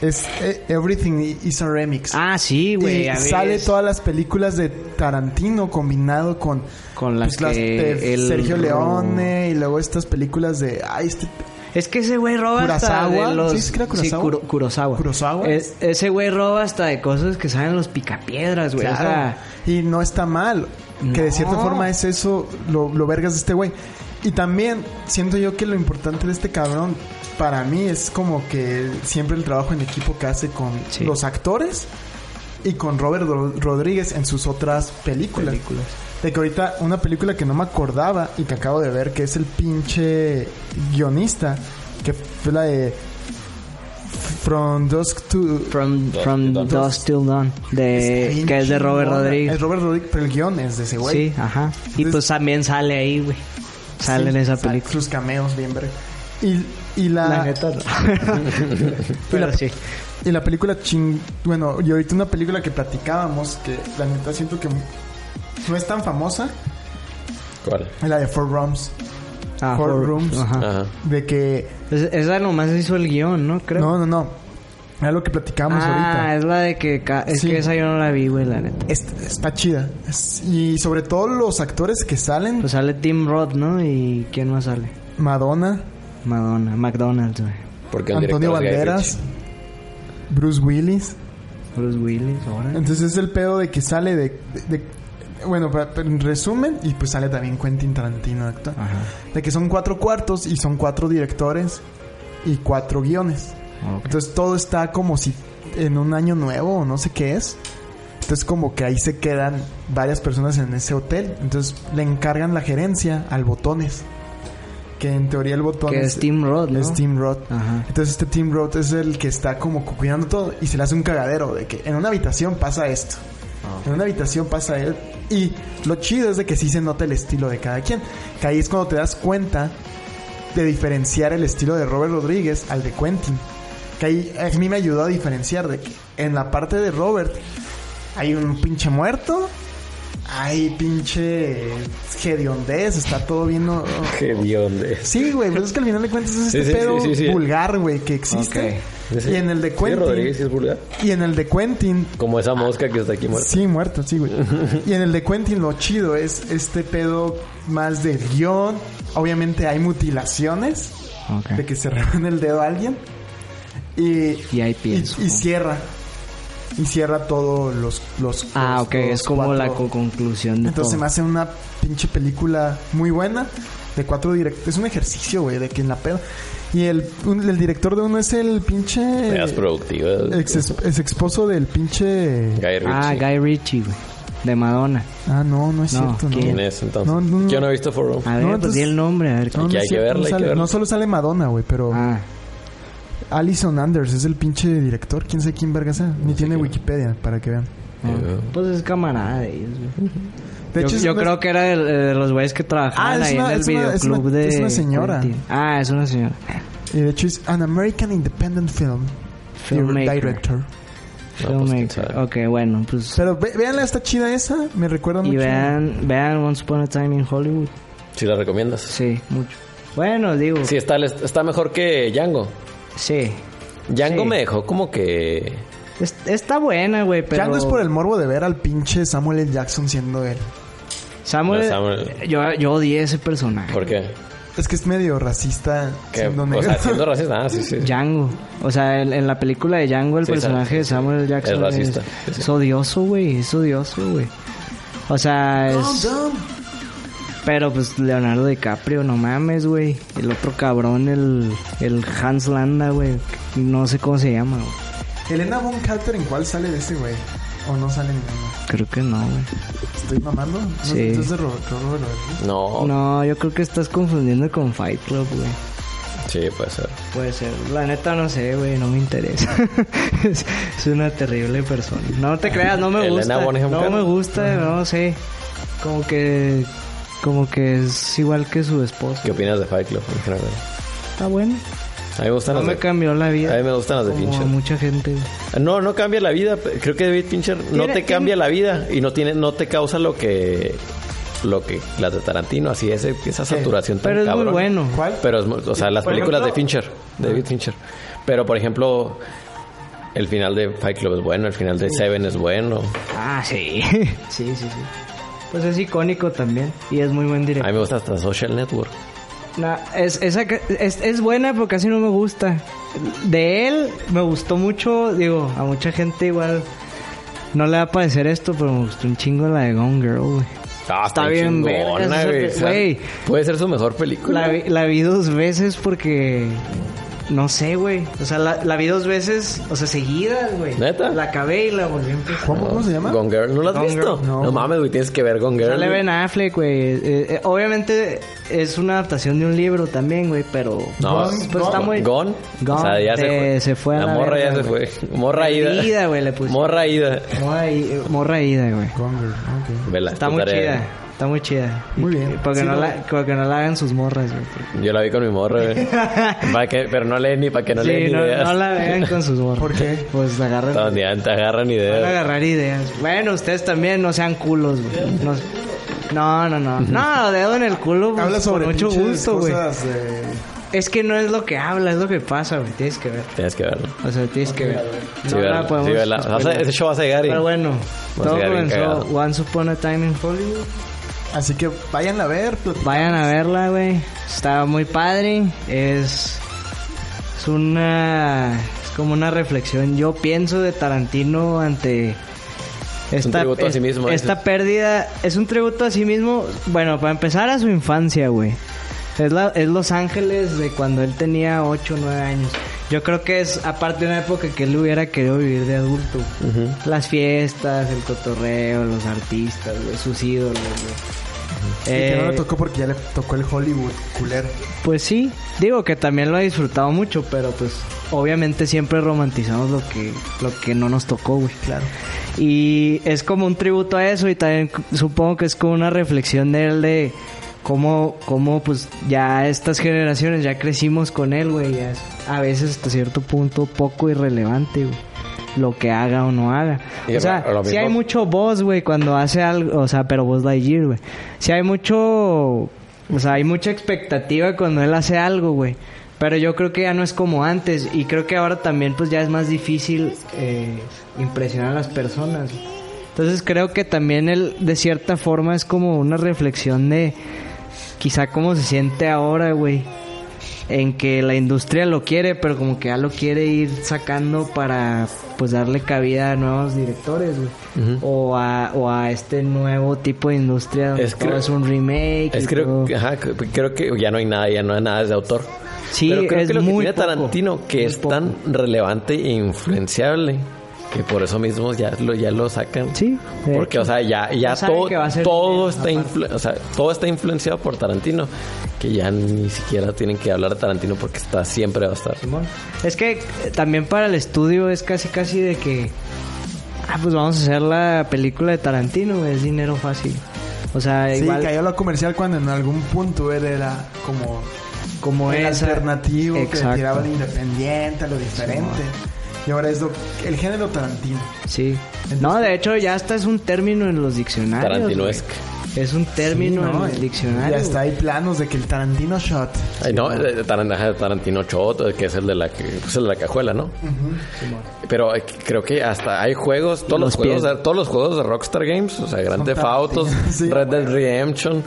es eh, Everything is a Remix. Ah, sí, güey. y a ver, sale es- todas las películas de Tarantino combinado con, pues, Con las que de el- Sergio Leone y luego estas películas de ay este Es que ese güey roba hasta Kurosawa, de los... ¿sí es que era Kurosawa? Kuro- Kurosawa. ¿Kurosawa? Es- ese güey roba hasta de cosas que saben los picapiedras, güey. O claro, sea, y no está mal, que de cierta No. forma es eso lo, lo vergas de este güey. Y también siento yo que lo importante de este cabrón para mí es como que siempre el trabajo en equipo que hace con Sí. los actores y con Robert Ro- Rodríguez en sus otras películas. Películas. De que ahorita una película que no me acordaba y que acabo de ver, que es el pinche guionista, que fue la de From Dusk to... From, from Dawn. Dust Till Dawn, de, Está Eh, que bien es de Robert chingona. Rodríguez. Es Robert Rodríguez, pero el guion es de ese güey. Sí, ajá. Y Entonces- pues también sale ahí, güey. Sale en Sí, esa sale película. Sus cameos, bien verga. Y, y la... La neta, no. Pero la- sí. Y la película ching... Bueno, y ahorita una película que platicábamos, que la neta siento que no es tan famosa, ¿Cuál? es la de Four Rooms. Ah, Four Four- Rooms. Ajá. Ajá. De que... Es- esa nomás hizo el guión, ¿no? Creo. No, no, no. Era lo que platicábamos ah, ahorita. es la de que... ca- Es Sí. que esa yo no la vi, güey, la neta. Es- está chida. Es- y sobre todo los actores que salen. Pues sale Tim Roth, ¿no? ¿Y quién más sale? Madonna, Madonna. McDonald's, güey. Porque el Antonio director es Guy Banderas, Bruce Willis. Bruce Willis, ahora. Entonces es el pedo de que sale de... de- Bueno, pero, pero en resumen, y pues sale también Quentin Tarantino, actor, Ajá. de que son cuatro cuartos y son cuatro directores y cuatro guiones. Ah, Ok. Entonces todo está como si en un año nuevo o no sé qué es. Entonces como que ahí se quedan varias personas en ese hotel. Entonces le encargan la gerencia al Botones. Que en teoría el Botones... que es Team Rod, ¿no? Es Tim Roth. Ajá. Entonces este Tim Roth es el que está como cu- cuidando todo y se le hace un cagadero de que en una habitación pasa esto. En una habitación pasa él. Y lo chido es de que sí se nota el estilo de cada quien. Que ahí es cuando te das cuenta de diferenciar el estilo de Robert Rodríguez al de Quentin. Que ahí a mí me ayudó a diferenciar de que en la parte de Robert hay un pinche muerto. Hay pinche hediondez, está todo bien o- o- Qué Sí, güey, pero es que al final de cuentas es este Sí, sí, pedo sí, sí, sí. vulgar, güey, que existe. Y en el de Sí, Rodríguez sí Quentin. es vulgar. y en el de Quentin. Como esa mosca que está aquí muerta. Sí, muerto, sí, güey. y en el de Quentin lo chido es este pedo más de guión. Obviamente hay mutilaciones Ok. de que se reban el dedo a alguien. Y, Y hay y, pies. y cierra. Y cierra todos los. los ah, los- ok, los es como la cuatro- co- conclusión de entonces se me todo. hace una pinche película muy buena de cuatro directores. Es un ejercicio, güey, de que en la peda. Y el, un- el director de uno es el pinche. Seas productiva. Ex, ex esposo del pinche. Guy Ritchie. Ah, Guy Ritchie, güey. De Madonna. Ah, no, no es No, cierto, no. ¿quién? ¿Quién es entonces? No, no, no. Ah, Yo no he visto For Rome. A ver, No, pues entonces- di el nombre, a ver. No, no Que es hay que cierto, verla, no, hay que sale- verla. no solo sale Madonna, güey, pero Ah, Alison Anders es el pinche director. Quién sabe quién verga sea. Ni tiene Wikipedia para que vean. ok. pues es camarada de ellos, güey. De yo es yo una- creo que era de, de los güeyes que trabajaban Ah, es ahí una- en el es una- es una- videoclub de. es una señora. Quentin. Ah, es una señora. Y de hecho es An American Independent Film. Filmmaker. Director. No, Ah, pues, quién Filmmaker. sabe. ok, bueno, pues. Pero ve, véanla, está chida esa. Me recuerda y mucho. vean, vean Once Upon a Time in Hollywood. Si la recomiendas. Sí, mucho. Bueno, digo. Sí, está, está mejor que Django. sí. Django Sí. me dejó como que... Es- está buena, güey, pero... Ya no es por el morbo de ver al pinche Samuel L. Jackson siendo él. Samuel... No, Samuel. Yo, yo odié ese personaje. ¿Por qué? Es que es medio racista Que, siendo o negro. sea, siendo racista. Ah, sí, sí. Django. O sea, en, en la película de Django, el Sí, personaje sí, de sí. Samuel L. Jackson Es racista. Es, Sí, sí. es odioso, güey. Es odioso, güey. O sea, es... Pero pues Leonardo DiCaprio, no mames, güey. El otro cabrón, el, el Hans Landa, güey. No sé cómo se llama, güey. Elena Von Carter, ¿en cuál sale de ese güey? ¿O no sale ninguna? Creo que no, güey. ¿Estoy mamando? ¿No? Sí. Entonces Robert, Robert Rodríguez. No, No, yo creo que estás confundiendo con Fight Club, güey. Sí, puede ser. Puede ser. La neta no sé, güey, no me interesa. es, es una terrible persona. No te creas, no me Elena gusta. Bonham No Carter. me gusta, no sé. Como que como que es igual que su esposo. ¿Qué opinas de Fight Club en general? Está bueno. A mí me gustan No las me de... cambió la A mí vida. me gustan las de Como a Fincher. mucha gente. No, no cambia la vida. pe- Creo que David Fincher no Tiene- te cambia la vida y no tiene, no te causa lo que, lo que las de Tarantino, así ese, esa saturación tan Pero es muy cabrona. bueno. ¿Cuál? Pero es, muy- o sea, las Por películas de ejemplo- Fincher, David Fincher. Pero por ejemplo, el final de Fight Club es bueno, el final de Seven es bueno. Ah, sí. sí, sí, sí. Pues es icónico también y es muy buen A mí director. me gusta hasta Social Network. Nah, es, esa ca- es, es buena porque casi no me gusta. De él me gustó mucho, digo, a mucha gente igual no le va a parecer esto, pero me gustó un chingo la de Gone Girl, güey. Ah, Está bien vergas chingona, esa güey. pe- O sea, güey. Puede ser su mejor película. La, vi- la vi dos veces porque... No sé, güey. O sea, la, la vi dos veces, o sea, seguidas, güey. ¿Neta? La acabé y la volví a empezar. ¿Cómo, cómo se llama? Gone Girl, ¿no la has Gone visto? Girl, no. No. mames, güey, tienes que ver Gone Girl. Sale güey. Ben Affleck, güey. Eh, eh, obviamente es una adaptación de un libro también, güey, pero... No, pues está muy... Gon. Gon, O sea, ya se de- fue. se fue a la la morra ya verga, se güey. fue. Morra Perdida, ida. güey, le puse. Morra ida. Morra ida, morra ida, güey. Gonger, ok. Vela, Está tu muy tarea. chida, está muy chida. Muy Y- bien. Porque, Sí, no lo- la, porque no la hagan sus morras, güey. Yo la vi con mi morra, güey. Pa' que- pero no leen ni para que no sí, leen no, ideas. no la vean con sus morras. ¿Por qué? Pues agarran. Donde ya te agarran Van a ideas. agarrar ideas. Bueno, ustedes también no sean culos, güey. No, no, no, no. No, dedo en el culo. Pues, Habla sobre con mucho pinches gusto, güey. cosas de... Es que no es lo que habla, es lo que pasa, güey. Tienes que ver. Tienes que verla. O sea, tienes que ver. No Sí, la verla. podemos sí, verla. spoilear. Vas a- ese show va a llegar y... Pero bueno, a todo llegar bien comenzó cagado. Once Upon a Time in Hollywood. Así que vayan a ver. plati- pues, Vayan a verla, güey. Está muy padre. Es. Es una. Es como una reflexión. Yo pienso de Tarantino ante. un tributo a sí mismo, es- dices. Esta pérdida es un tributo a sí mismo. Bueno, para empezar, a su infancia, güey. Es, la- es Los Ángeles de cuando él tenía 8 o 9 años. Yo creo que es, aparte, una época que él hubiera querido vivir de adulto. Las fiestas, el cotorreo, los artistas, güey, sus ídolos, güey. Y que no Eh, lo tocó porque ya le tocó el Hollywood culero. pues sí, digo que también lo he disfrutado mucho, pero pues obviamente siempre romantizamos lo que lo que no nos tocó, güey. Claro. Y es como un tributo a eso y también c- supongo que es como una reflexión de él de cómo cómo pues ya estas generaciones ya crecimos con él, güey, ya es a veces hasta cierto punto poco irrelevante, güey. Lo que haga o no haga. Y o sea, lo sí hay mismo- mucho voz, güey, cuando hace algo, o sea, pero Buzz Lightyear, güey. Sí hay mucho, o sea, hay mucha expectativa cuando él hace algo, güey. Pero yo creo que ya no es como antes y creo que ahora también pues ya es más difícil eh, impresionar a las personas. Entonces creo que también él de cierta forma es como una reflexión de quizá cómo se siente ahora, güey. En que la industria lo quiere, pero como que ya lo quiere ir sacando para pues darle cabida a nuevos directores, güey. o, a, o a este nuevo tipo de industria donde Es todo creo- es un remake. Es y creo, todo. ajá, c- creo que ya no hay nada, ya no hay nada de autor. Sí, Pero creo es que lo muy que tiene poco, Tarantino que muy es tan relevante e influenciable que por eso mismo ya lo ya lo sacan. Sí, de Porque hecho. o sea, ya ya Ya saben todo que va a ser todo dinero, está influ- o sea, todo está influenciado por Tarantino, que ya ni siquiera tienen que hablar de Tarantino porque está siempre va a estar. Es que eh, también para el estudio es casi casi de que... Ah, pues vamos a hacer la película de Tarantino, güey, es dinero fácil. O sea, Sí, igual... cayó a lo comercial cuando en algún punto él era como como el esa- alternativo que Exacto. tiraba lo independiente, lo diferente. y ahora es lo- el género Tarantino. Sí. no, de hecho ya hasta es un término en los diccionarios. Tarantinuesque. güey. Es un término Sí, ¿no? en el diccionario. Ya está, hay planos de que el Tarantino shot. Ay, no, eh, Taran- ajá, Tarantino Choto, que es el de la, que- pues, el de la cajuela, ¿no? Pero eh, creo que hasta hay juegos, todos los, los juegos, pies. de, todos los juegos de Rockstar Games, o sea, Grand Theft Autos, Tarantino, sí. Red Dead Redemption, son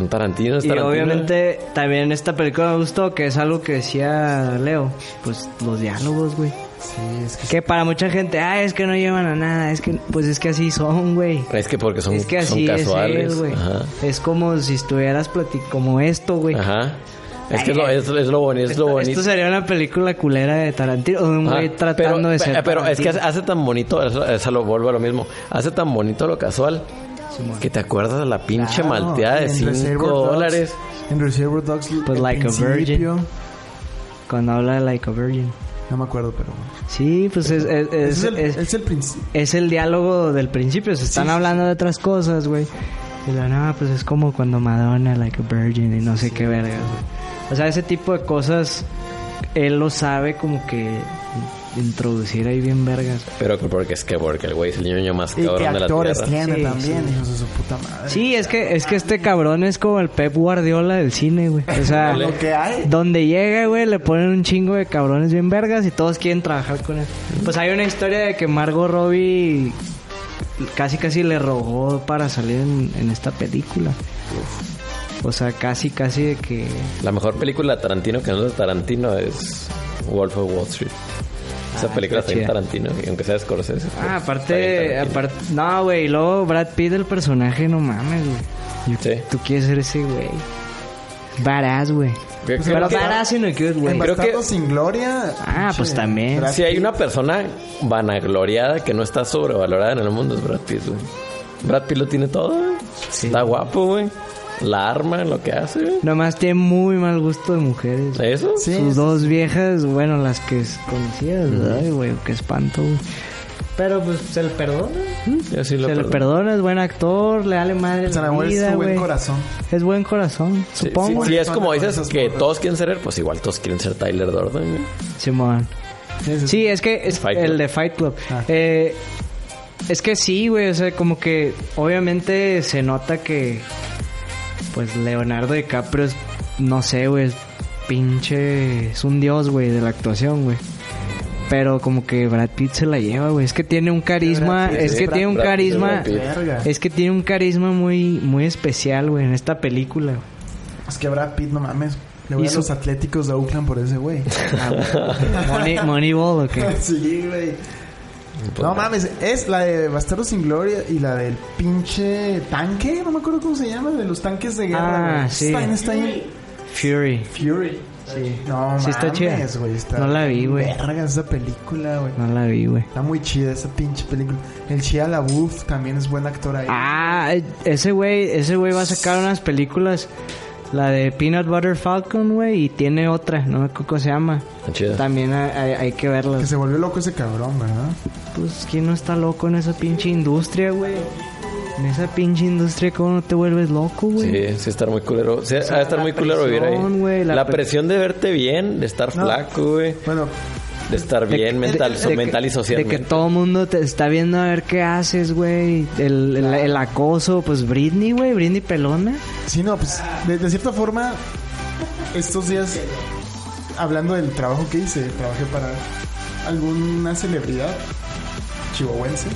pues, Tarantinos, Y Tarantino. obviamente también esta película me gustó, que es algo que decía Leo, pues los diálogos, güey. Sí, es que Que para mucha gente, ah, es que no llevan a nada, es que pues es que así son, güey. Es que porque son, Es que son así es casuales. él, güey. Ajá. Es como si estuvieras platicando como esto, güey. Ajá. Es que es lo, es, es lo bonito, es lo bonito. Esto sería una película culera de Tarantino, o de un Ajá. güey tratando pero, de ser eh, Pero es que Tarantino. hace, hace tan bonito, eso, eso lo vuelvo a lo mismo, hace tan bonito lo casual que te acuerdas de la pinche Claro, malteada de en Reservoir 5 Dogs- dólares. En Reservoir Dogs, Pues el like a virgin. principio, Cuando habla de Like a Virgin. No me acuerdo, pero. Sí, pues es, es- es- Ese es, es- el, es el principio. es el diálogo del principio. Se están Sí, sí, hablando de otras cosas, güey. Y la nada, pues es como cuando Madonna, like a virgin, y no sé qué vergas, güey. O sea, ese tipo de cosas, él lo sabe como que introducir ahí bien vergas. Pero que- porque es que porque el güey es el niño más Y que cabrón de la actores tierra. tiene Sí, también, hijos de su puta madre. Sí, es que, es que este cabrón es como el Pep Guardiola del cine, güey. O sea, Lo que hay. Donde llega, güey, le ponen un chingo de cabrones bien vergas y todos quieren trabajar con él. Pues hay una historia de que Margot Robbie casi casi le rogó para salir en, en esta película. O sea, casi casi de que... La mejor película de Tarantino que no es de Tarantino es Wolf of Wall Street. Esa Ah, película está está bien chida. Tarantino, y aunque sea de Scorsese. pues, está Ah, bien aparte... Tarantino. aparte no, güey, y luego Brad Pitt, el personaje, no mames, güey. Sí. Tú quieres ser ese güey. Badass, güey. Creo que- Pero badass in a good way. En Creo que- Bastardos sin Gloria. Ah, pues también. Brad Si hay una persona vanagloriada que no está sobrevalorada en el mundo es Brad Pitt, güey. Brad Pitt lo tiene todo, güey. Está guapo, güey. La arma, lo que hace, güey. Nomás tiene muy mal gusto de mujeres. ¿Eso? Sí, Sus sí, dos viejas, bueno, las que conocías, ay, güey, qué espanto, güey. Pero pues se le perdona. Yo sí Se lo le perdono. perdona, es buen actor, le vale madre Se la enamoró de vida, su buen güey. corazón. Es buen corazón, Sí, supongo. sí, sí, es como Con dices esas que morras. todos quieren ser él, pues igual todos quieren ser Tyler Durden. güey. Simón. Sí, sí, Sí, es que es Fight Club. el de Fight Club. Eh, es que sí, güey, o sea, como que obviamente se nota que pues Leonardo DiCaprio es no sé, güey, es pinche es un dios, güey, de la actuación, güey. Pero como que Brad Pitt se la lleva, güey. Es que tiene un carisma, Brad Pitt, es sí, que Brad- tiene un Brad Pitt, carisma, Brad Pitt. Verga. es que tiene un carisma muy muy especial, güey, en esta película. güey. Es que Brad Pitt, no mames. Le voy Y a su- los atléticos de Oakland por ese güey. Ah, güey. Money- Moneyball, ¿o qué? sí, güey. Pues, No mames, es la de Bastardos sin Gloria y la del pinche tanque, no me acuerdo cómo se llama, de los tanques de Ah, guerra. güey. sí. Está en, está en Fury. Fury. Sí. No Sí, está chida. mames, güey. está No la vi, güey. Verga esa película, güey. No la vi, güey. Está muy chida esa pinche película. El Shia LaBeouf también es buen actor ahí. Ah, ese güey, ese güey va a sacar unas películas. La de Peanut Butter Falcon, güey, y tiene otra, no me acuerdo cómo se llama. está chido. También hay, hay- hay que verla. Que se volvió loco ese cabrón, ¿verdad? Pues, ¿quién no está loco en esa pinche industria, güey? En esa pinche industria, ¿cómo no te vuelves loco, güey? Sí, sí, estar muy culero. Sí, ha de estar la muy culero vivir ahí. presión, güey, la la pre- presión de verte bien, de estar No. flaco, güey. Bueno, De estar De bien que- mental, de- so- de que- mental y socialmente. De que todo el mundo te está viendo a ver qué haces, güey. El, el- el acoso, pues Britney, güey, Britney pelona. sí, no, pues de, de cierta forma, estos días, hablando del trabajo que hice, trabajé para alguna celebridad chihuahuense.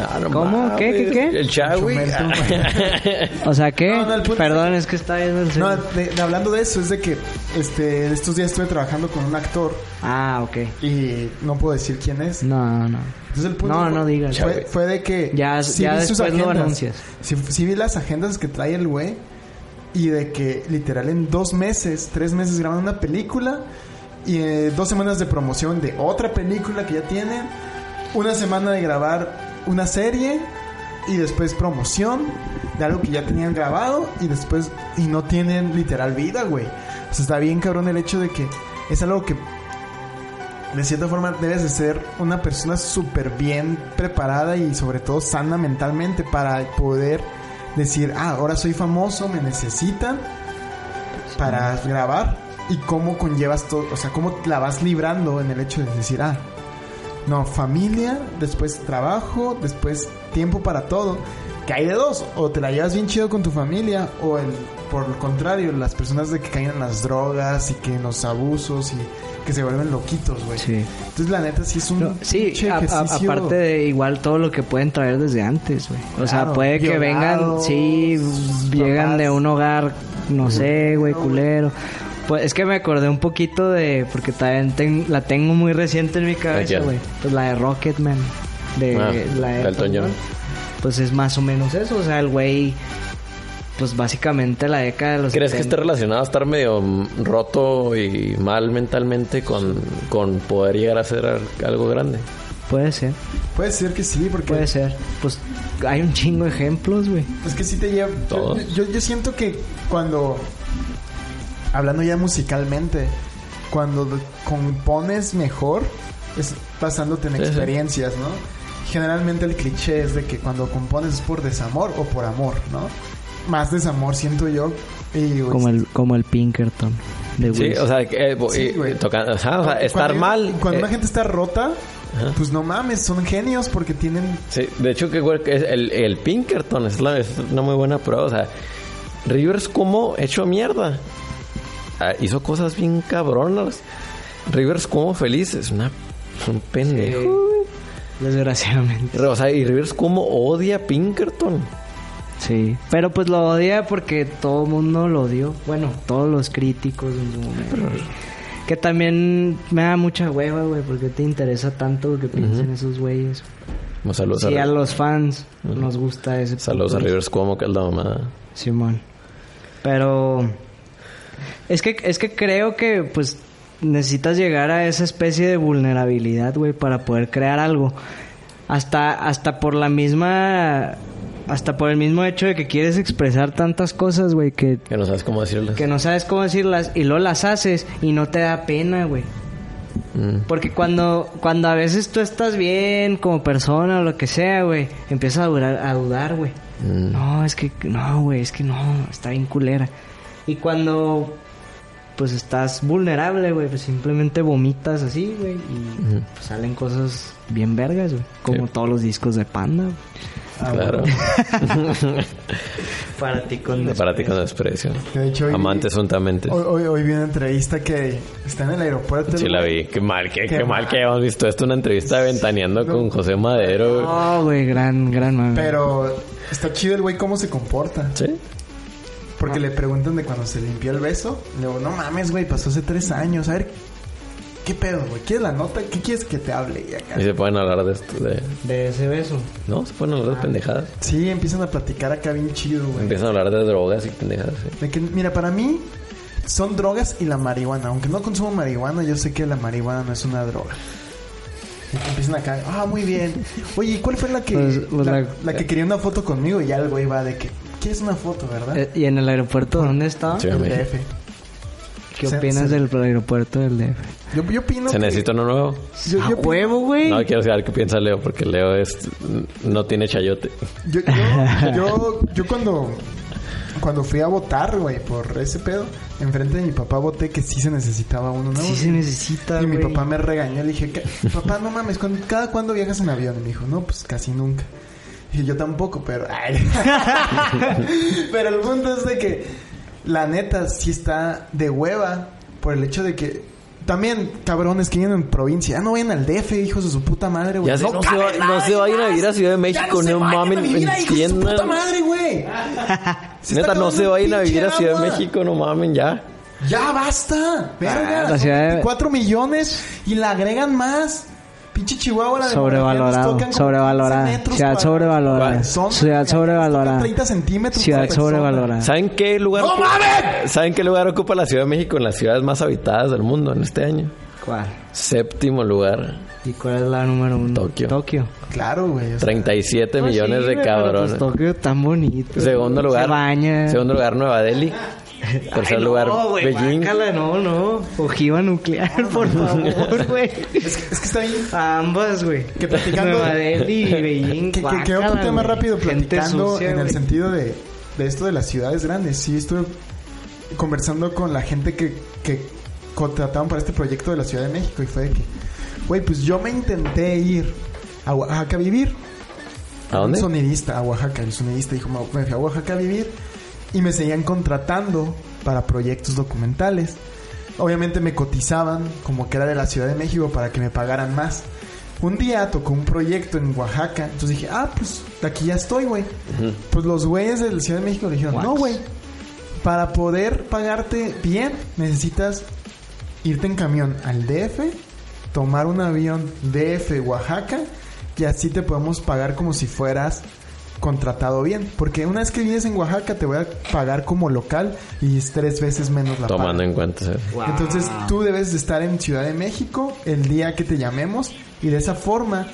Ah, no ¿Cómo? mames. ¿Qué, qué, qué? El Chawi. Chumel, tú, güey. O sea, ¿qué? No, no, el punto Perdón, es que está viendo el No, cel- de- de- hablando de eso, es de que este, estos días estuve trabajando con un actor Ah, ok. y no puedo decir quién es. No, no. Entonces el punto No, fue- no digas. Fue, fue de que. Ya- ya vi sus después lo agendas. anuncias. Sí, sí vi las agendas que trae el güey y de que literal en dos meses, tres meses graban una película y eh, dos semanas de promoción de otra película que ya tienen, una semana de grabar una serie y después promoción de algo que ya tenían grabado y después y no tienen literal vida, güey. O sea, está bien cabrón el hecho de que es algo que de cierta forma debes de ser una persona súper bien preparada y sobre todo sana mentalmente para poder decir, ah, ahora soy famoso, me necesitan para grabar y cómo conllevas todo, o sea, cómo la vas librando en el hecho de decir, ah, no, familia, después trabajo, después tiempo para todo. Que hay de dos, o te la llevas bien chido con tu familia, o el, por el contrario, las personas de que caen en las drogas y que en los abusos y que se vuelven loquitos, güey. Sí. Entonces, la neta, sí es un No, sí, pinche a- a- ejercicio. aparte de igual todo lo que pueden traer desde antes, güey. O sea, Claro, puede que vengan, violados, sí, llegan de un hogar, no sé, güey, culero. Pues es que me acordé un poquito de, porque también ten- la tengo muy reciente en mi cabeza, quién? güey. Pues la de Rocketman, de Ah, la de Elton John. Pues es más o menos eso, o sea, el güey, pues básicamente la década de los... ¿Crees que este 70. esté relacionado a estar medio mm, roto y mal mentalmente con, con poder llegar a ser al- algo grande? Puede ser, Puede ser que sí, porque puede ser. Pues hay un chingo de ejemplos, güey. Es que sí te lleva. yo- Todos. Yo, yo siento que cuando. Hablando ya musicalmente, cuando d- compones mejor, es basándote en sí. experiencias, ¿no? Generalmente el cliché es de que cuando compones es por desamor o por amor, ¿no? Más desamor siento yo. Y, Como el, como el Pinkerton de Sí, Wiz. o sea, que, eh, bo- Sí, y- güey. tocando- ajá, o sea, Cuando- estar cuando- mal. Cuando eh, una gente está rota, pues no mames, son genios porque tienen. Sí, de hecho, que güey, que es el, el Pinkerton es, la- es una muy buena prueba. O sea, Rivers, como hecho mierda, Ah, hizo cosas bien cabronas. Rivers, como feliz, es una es un pendejo. Desgraciadamente. O sea, y Rivers, como odia a Pinkerton. Sí. Pero pues lo odia porque todo el mundo lo odió. Bueno, todos los críticos en su momento. Que también me da mucha hueva, güey, porque te interesa tanto lo que piensen esos güeyes. Bueno, saludos, Sí, a, a los fans nos gusta ese. saludos a punto de Rivers, como que es la mamada. Simón. Pero es que es que creo que pues necesitas llegar a esa especie de vulnerabilidad, güey, para poder crear algo. Hasta hasta por la misma hasta por el mismo hecho de que quieres expresar tantas cosas, güey, que Que no sabes cómo decirles. que no sabes cómo decirlas y luego las haces y no te da pena, güey. Mm. Porque cuando, cuando a veces tú estás bien como persona o lo que sea, güey, empiezas a, durar- a dudar, güey. Mm. No, es que, no, güey, es que no, está bien culera. Y cuando, pues estás vulnerable, güey, pues simplemente vomitas así, güey, y pues, salen cosas bien vergas, güey. Como Sí. todos los discos de Panda, güey. Ah, Claro. Para ti con este. Para ti con desprecio. Que de hecho hoy- Amantes juntamente. Hoy, hoy, hoy vi una entrevista que está en el aeropuerto. Sí el la güey. vi. Qué mal, qué, qué Qué mal mal. que hayamos visto esto. Una entrevista de ventaneando con José Madero. güey. No, güey, gran, gran mami. Pero está chido el güey cómo se comporta. Sí. Ah. Porque le preguntan de cuando se limpió el beso. Le digo, no mames, güey, pasó hace tres años. A ver, ¿qué pedo, güey? ¿Quieres la nota? ¿Qué quieres que te hable? Y acá- Y se pueden hablar de esto. De... De ese beso. No, se pueden hablar de pendejadas. Sí, empiezan a platicar acá bien chido, güey. Empiezan a hablar de drogas y pendejadas. sí. De que, mira, para mí son drogas y la marihuana. Aunque no consumo marihuana, yo sé que la marihuana no es una droga. Y que empiezan acá, ah, muy bien. Oye, ¿y cuál fue la que Pues, pues, la, la- la que quería una foto conmigo? Y ya el güey va de que, ¿quieres una foto, verdad? Eh, ¿Y en el aeropuerto dónde estaba? Sí. El México. DF. ¿Qué Se- opinas se- del aeropuerto del DF? Yo, yo opino. ¿Se que- necesita Ah, uno nuevo? Yo, ¡A yo opino- huevo, güey! No, quiero saber qué piensa Leo, porque Leo es no tiene chayote. Yo, yo, yo, yo cuando, cuando fui a votar, güey, por ese pedo, enfrente de mi papá voté que sí se necesitaba uno nuevo. Sí se necesita, y mi güey. papá me regañó, le dije, "Ca- papá, no mames, ¿cuándo- ¿cada cuándo viajas en avión? Y me dijo, no, pues casi nunca. Y yo tampoco, pero... ay. pero el punto es de que la neta sí está de hueva por el hecho de que... También, cabrones que vienen en provincia. Ah, no vayan al DF, hijos de su puta madre, güey. Ya sé, no, se, va- caben no se vayan a vivir a Ciudad de México, no mamen, entiendan. puta madre, güey. Se está Neta, no se acabando vayan a el vivir a pinche Ciudad de agua. México, no mamen, ya. Ya basta. Verga, Ah, la son Ciudad de- 24 millones y la agregan más. Pinche Chihuahua la demografía nos Sobrevalorado, tocan como 15 sobrevalorada. metros Ciudad para- sobrevalorada. Son- Ciudad sobrevalorada. 30 centímetros por Ciudad persona. sobrevalorada. ¿Saben qué lugar? ¡No mames! ¿Saben qué lugar ocupa la Ciudad de México en las ciudades más habitadas del mundo en este año? ¿Cuál? Séptimo lugar, ¿Y cuál es la número uno? Tokio. Tokio. Claro, güey. o sea, 37 pues millones de cabrones. Tokio tan bonito. Pues, Segundo lugar, Se baña. segundo lugar Nueva Delhi. Tercer Ay, lugar no, güey, Beijing. guácala, no, no. Ojiva nuclear, por favor, güey. es, que- es que está bien. A ambas, güey. Que platicando- Nueva Delhi y Beijing. Que, que, que guácala, otro tema güey. rápido Gente platicando sucia, en el güey. sentido de, de esto de las ciudades grandes. Sí, estuve conversando con la gente que, que contrataron para este proyecto de la Ciudad de México y fue de que, güey, pues yo me intenté ir a Oaxaca a vivir. ¿A dónde? Un sonidista a Oaxaca. El sonidista dijo, "Me- me fui a Oaxaca a vivir y me seguían contratando para proyectos documentales. Obviamente me cotizaban como que era de la Ciudad de México para que me pagaran más. Un día tocó un proyecto en Oaxaca, entonces dije, ah, pues de aquí ya estoy, güey. Pues los güeyes de la Ciudad de México le dijeron, no, Guax. güey, para poder pagarte bien necesitas irte en camión al DF, tomar un avión DF Oaxaca y así te podemos pagar como si fueras contratado bien. Porque una vez que vives en Oaxaca te voy a pagar como local y es tres veces menos la paga. Tomando en cuenta. sí. Entonces tú debes de estar en Ciudad de México el día que te llamemos y de esa forma,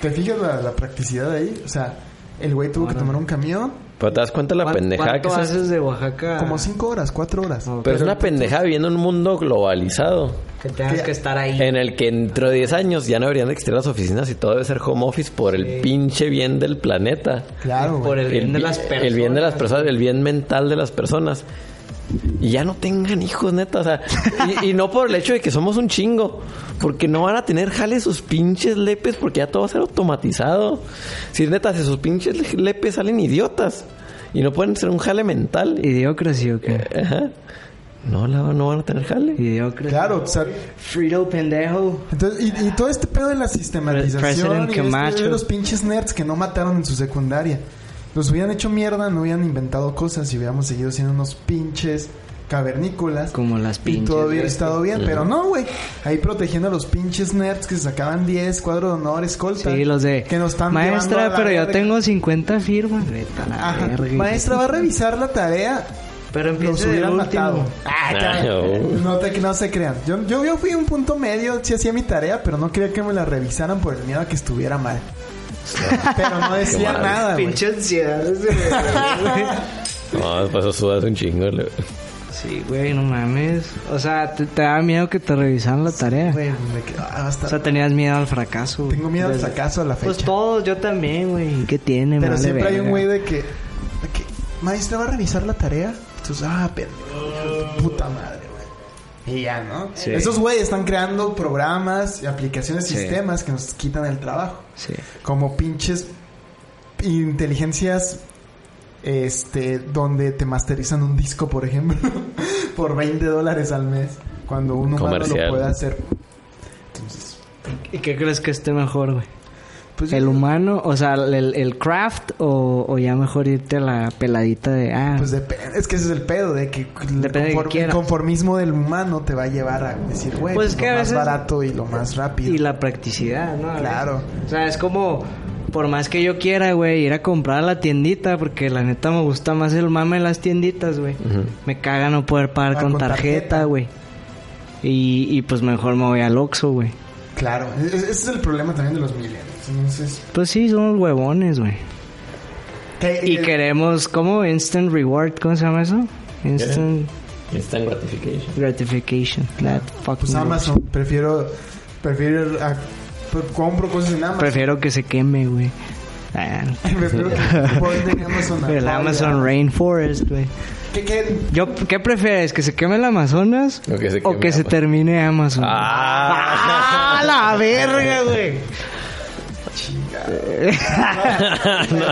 ¿te fijas la, la practicidad ahí? O sea, el güey tuvo que tomar un camión Pero te das cuenta la ¿Cuán- pendejada que ¿Cuánto es. esa? haces de Oaxaca? como cinco horas, cuatro horas. Pero es una pendejada viviendo en un mundo globalizado. Que tengas que estar ahí. En el que dentro de 10 años ya no deberían de existir las oficinas y todo debe ser home office por el pinche bien del planeta. Claro, güey. Por el bien de las bi- personas. El bien de las personas, el bien mental de las personas. Y ya no tengan hijos, neta. O sea, y, y no por el hecho de que somos un chingo. Porque no van a tener jales sus pinches lepes porque ya todo va a ser automatizado. Si neta, si sus pinches lepes salen idiotas. Y no pueden ser un jale mental. Y- Idiocracia, ¿o Eh, qué? ajá. No, la- no van a tener jale. Idiocracia. Claro, o sea, Frito pendejo. Entonces, y, y todo este pedo de la sistematización President y este Camacho. de los pinches nerds que no mataron en su secundaria. Los hubieran hecho mierda, no hubieran inventado cosas y hubiéramos seguido siendo unos pinches cavernícolas. Como las Y pinches, todo hubiera güey. estado bien, pero no, güey. Ahí protegiendo a los pinches nerds que se sacaban 10, cuadro de honor, escolta. Sí, los de. Que nos están llevando a Maestra, la pero yo verga". tengo 50 firmas. Vete a la Ajá. verga. Maestra, va a revisar la tarea. Pero Los empieza del hubieran último. matado. Ah, Ah, no. No, te- no se crean. Yo, yo, yo fui un punto medio, sí hacía mi tarea, pero no quería que me la revisaran por el miedo a que estuviera mal. Pero no decía Qué mal. nada. güey. Pinche ansiedad. güey. No, pues eso sudas un chingo. le- sí, güey, no mames. O sea, te, te daba miedo que te revisaran la tarea. Güey, me quedo- ah, basta. o sea, tenías miedo al fracaso. güey. Tengo miedo al Desde- fracaso a la fecha. Pues todos, yo también, güey. ¿Qué tiene, pero Vale siempre hay verga. un güey de que, de que, Maestra, ¿va a revisar la tarea? Entonces, ah, pendejo. hijo de tu Puta madre, güey. Y ya, ¿no? Sí. Esos güeyes están creando programas, y aplicaciones, sistemas que nos quitan el trabajo. Sí. como pinches inteligencias este donde te masterizan un disco por ejemplo por 20 dólares al mes cuando un humano Comercial. lo puede hacer ¿Y qué crees que esté mejor, güey? Pues, ¿El humano? O sea, el, el craft o, o ya mejor irte a la peladita de... Ah, Pues depende, es que ese es el pedo, de que el Depende de que conform- el quieras. conformismo del humano te va a llevar a decir, güey, Pues pues es que lo a más veces- barato y lo más rápido. y la practicidad, ¿no? A veces. Claro. O sea, es como... Por más que yo quiera, güey, ir a comprar a la tiendita, porque la neta me gusta más el mame de las tienditas, güey. Me caga no poder pagar Ah, con, con tarjeta. tarjeta, güey. Y, y pues mejor me voy al Oxxo, güey. Claro, e- ese es el problema también de los millennials. Entonces, Pues sí, somos huevones, güey. que- Y que- queremos, ¿cómo? Instant reward, ¿cómo se llama eso? Instant Instant gratification. gratification. That fucking pues Amazon, prefiero prefiero ir a- pre- compro cosas en Amazon. Prefiero que se queme, güey. Ah, prefiero que ponen en Amazon. el Amazon Rainforest, güey. ¿Qué, qué? Yo, ¿Qué prefieres? ¿Que se queme el Amazonas? O que se ¿O queme que se Amazon. termine Amazon? Ah. ¡Ah, la verga, güey!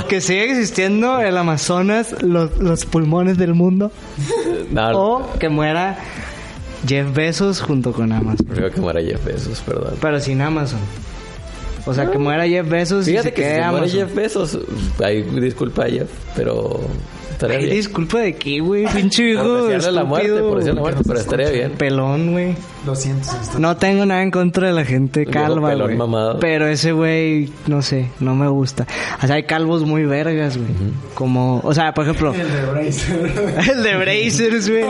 que siga existiendo el Amazonas, los, los pulmones del mundo. No, O que muera Jeff Bezos junto con Amazon. prefiero que muera Jeff Bezos, perdón. Pero sin Amazon. O sea, que muera Jeff Bezos y Fíjate se que si quede se muere Amazon. Jeff Bezos, ahí disculpa Jeff, pero estaría Ay, bien. disculpa de qué, güey. Pinche hijo. Por desearle la muerte, estúpido. por desearle la muerte, Que no pero se estaría bien. Pelón, güey. Lo siento, se está- No tengo nada en contra de la gente Luego calva, pelón güey. mamado. Pero ese güey, no sé, no me gusta. O sea, hay calvos muy vergas, güey. Como, o sea, por ejemplo, el de Bracer. el de Brazers, güey.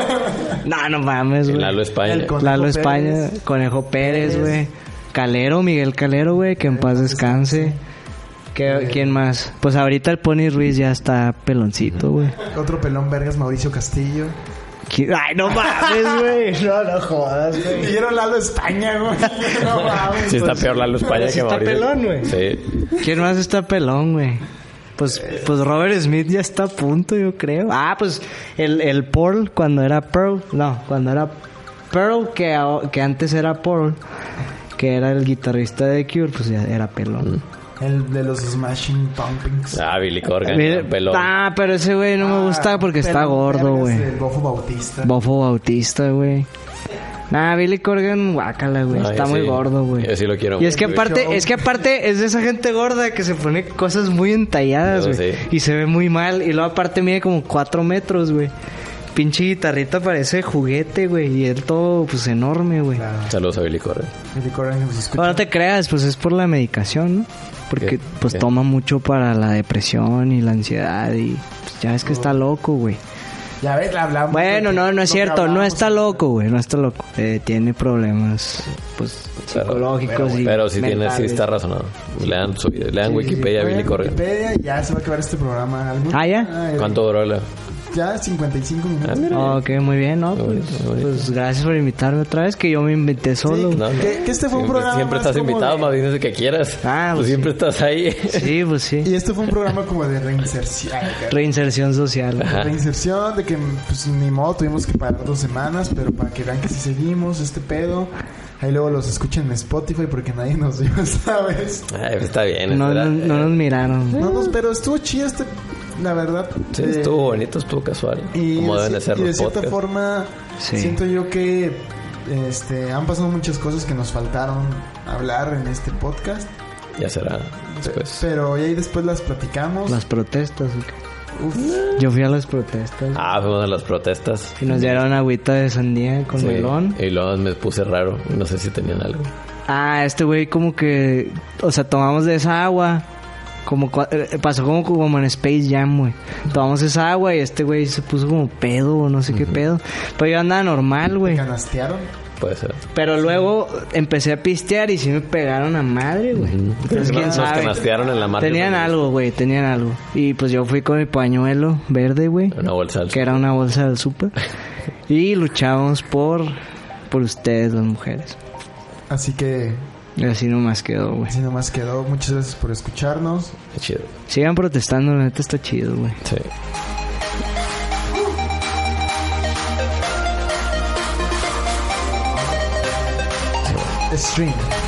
No, no mames, güey. Lalo España. El con- Lalo Conejo España, Pérez. Conejo Pérez, güey. Calero, Miguel Calero, güey, que en paz descanse. ¿Qué- ¿Quién más? Pues ahorita el Pony Ruiz ya está peloncito, güey. Otro pelón vergas Mauricio Castillo. ¿Qui- Ay, no mames, güey. No, no jodas, güey. Y era Lalo España, güey. No mames. Sí está peor Lalo España sí que está Mauricio. pelón, güey. Sí. ¿Quién más está pelón, güey? Pues, pues Robert Smith ya está a punto, yo creo. Ah, pues el, el Paul cuando era Pearl. No, cuando era Pearl, que, a- que antes era Paul, que era el guitarrista de Cure, pues ya era Mm, pelón. El de los Smashing Pumpkins. Ah, Ah, Billy Corgan, Mira, pelón. Ah, pero ese güey no me gusta porque está Pelón gordo, vergas güey. del Bofo Bautista. Bofo Bautista, güey. Nah, Billy Corgan, guácala, güey. No, yo Está muy sí. gordo, güey. Yo sí lo quiero Y es que mucho, güey. aparte, es que aparte es de esa gente gorda que se pone cosas muy entalladas, Yo güey. sí. Y se ve muy mal. Y luego aparte mide como cuatro metros, güey. Pinche guitarrita parece juguete, güey. Y él todo, pues, enorme, güey. Claro. Saludos a Billy Corgan. El de Coraje nos escucha. Ahora te creas, pues es por la medicación, ¿no? Porque ¿Qué? pues ¿Qué? toma mucho para la depresión y la ansiedad y pues, ya ves que está loco, güey. Ya ves, la hablamos. Bueno, no, no es cierto, no está loco, güey, no está loco. Eh, tiene problemas, pues, Pero- psicológicos y Pero sí, tiene, sí mentales. está razonado. Lean, su, lean Wikipedia a Billy Corgan. Wikipedia, ya se va a acabar este programa. ¿Algún- Ah, ¿ya? eh, ¿Cuánto duró la...? Pues, Ya 55 minutos. Ah, mira. Ok, muy bien, Muy ¿no? Pues, bonito, muy bonito. pues, gracias por invitarme otra vez, que yo me inventé solo. Sí. güey. No, no. Que- que este fue un Siempre- programa Siempre más estás como invitado, de- más bien desde que quieras. Ah, Tú pues siempre estás ahí. Sí, pues sí. Y este fue un programa como de reinserción. Ay, cara. Reinserción social. güey. Ajá. Reinserción, de que pues ni modo tuvimos que parar dos semanas, pero para que vean que sí seguimos este pedo. Ahí luego los escuchen en Spotify porque nadie nos vio esta vez. Ay, pues está bien. No, espera. no, no nos miraron. No, no, pero estuvo chido este, la verdad. Sí, Eh, estuvo bonito, estuvo casual. Y como de, deben de cier- ser y de los cierta podcasts. forma, Sí. siento yo que este, han pasado muchas cosas que nos faltaron hablar en este podcast. Ya será después. Pero ahí después las platicamos. Las protestas. güey. Uf, Yo fui a las protestas. Ah, fuimos a las protestas. Y nos dieron agüita de sandía con Sí. melón. Y luego me puse raro. No sé si tenían algo. Ah, este güey como que, o sea, tomamos de esa agua. Como cua- eh, pasó como, como en Space Jam, güey. Tomamos esa agua y este güey se puso como pedo o no sé qué pedo. Pero yo andaba normal, güey. canastearon. Puede ser. Pero luego empecé a pistear y sí me pegaron a madre, güey. Entonces, quién Nos sabe. canastearon en la marca. Tenían algo, güey, tenían algo. Y pues yo fui con mi pañuelo verde, güey. Una bolsa. Que era una bolsa del súper. Y luchábamos por, por ustedes, las mujeres. Así que Y así nomás quedó, güey. así nomás quedó. Muchas gracias por escucharnos. Chido. Sigan protestando, la neta está chido, güey. Sí. Stream.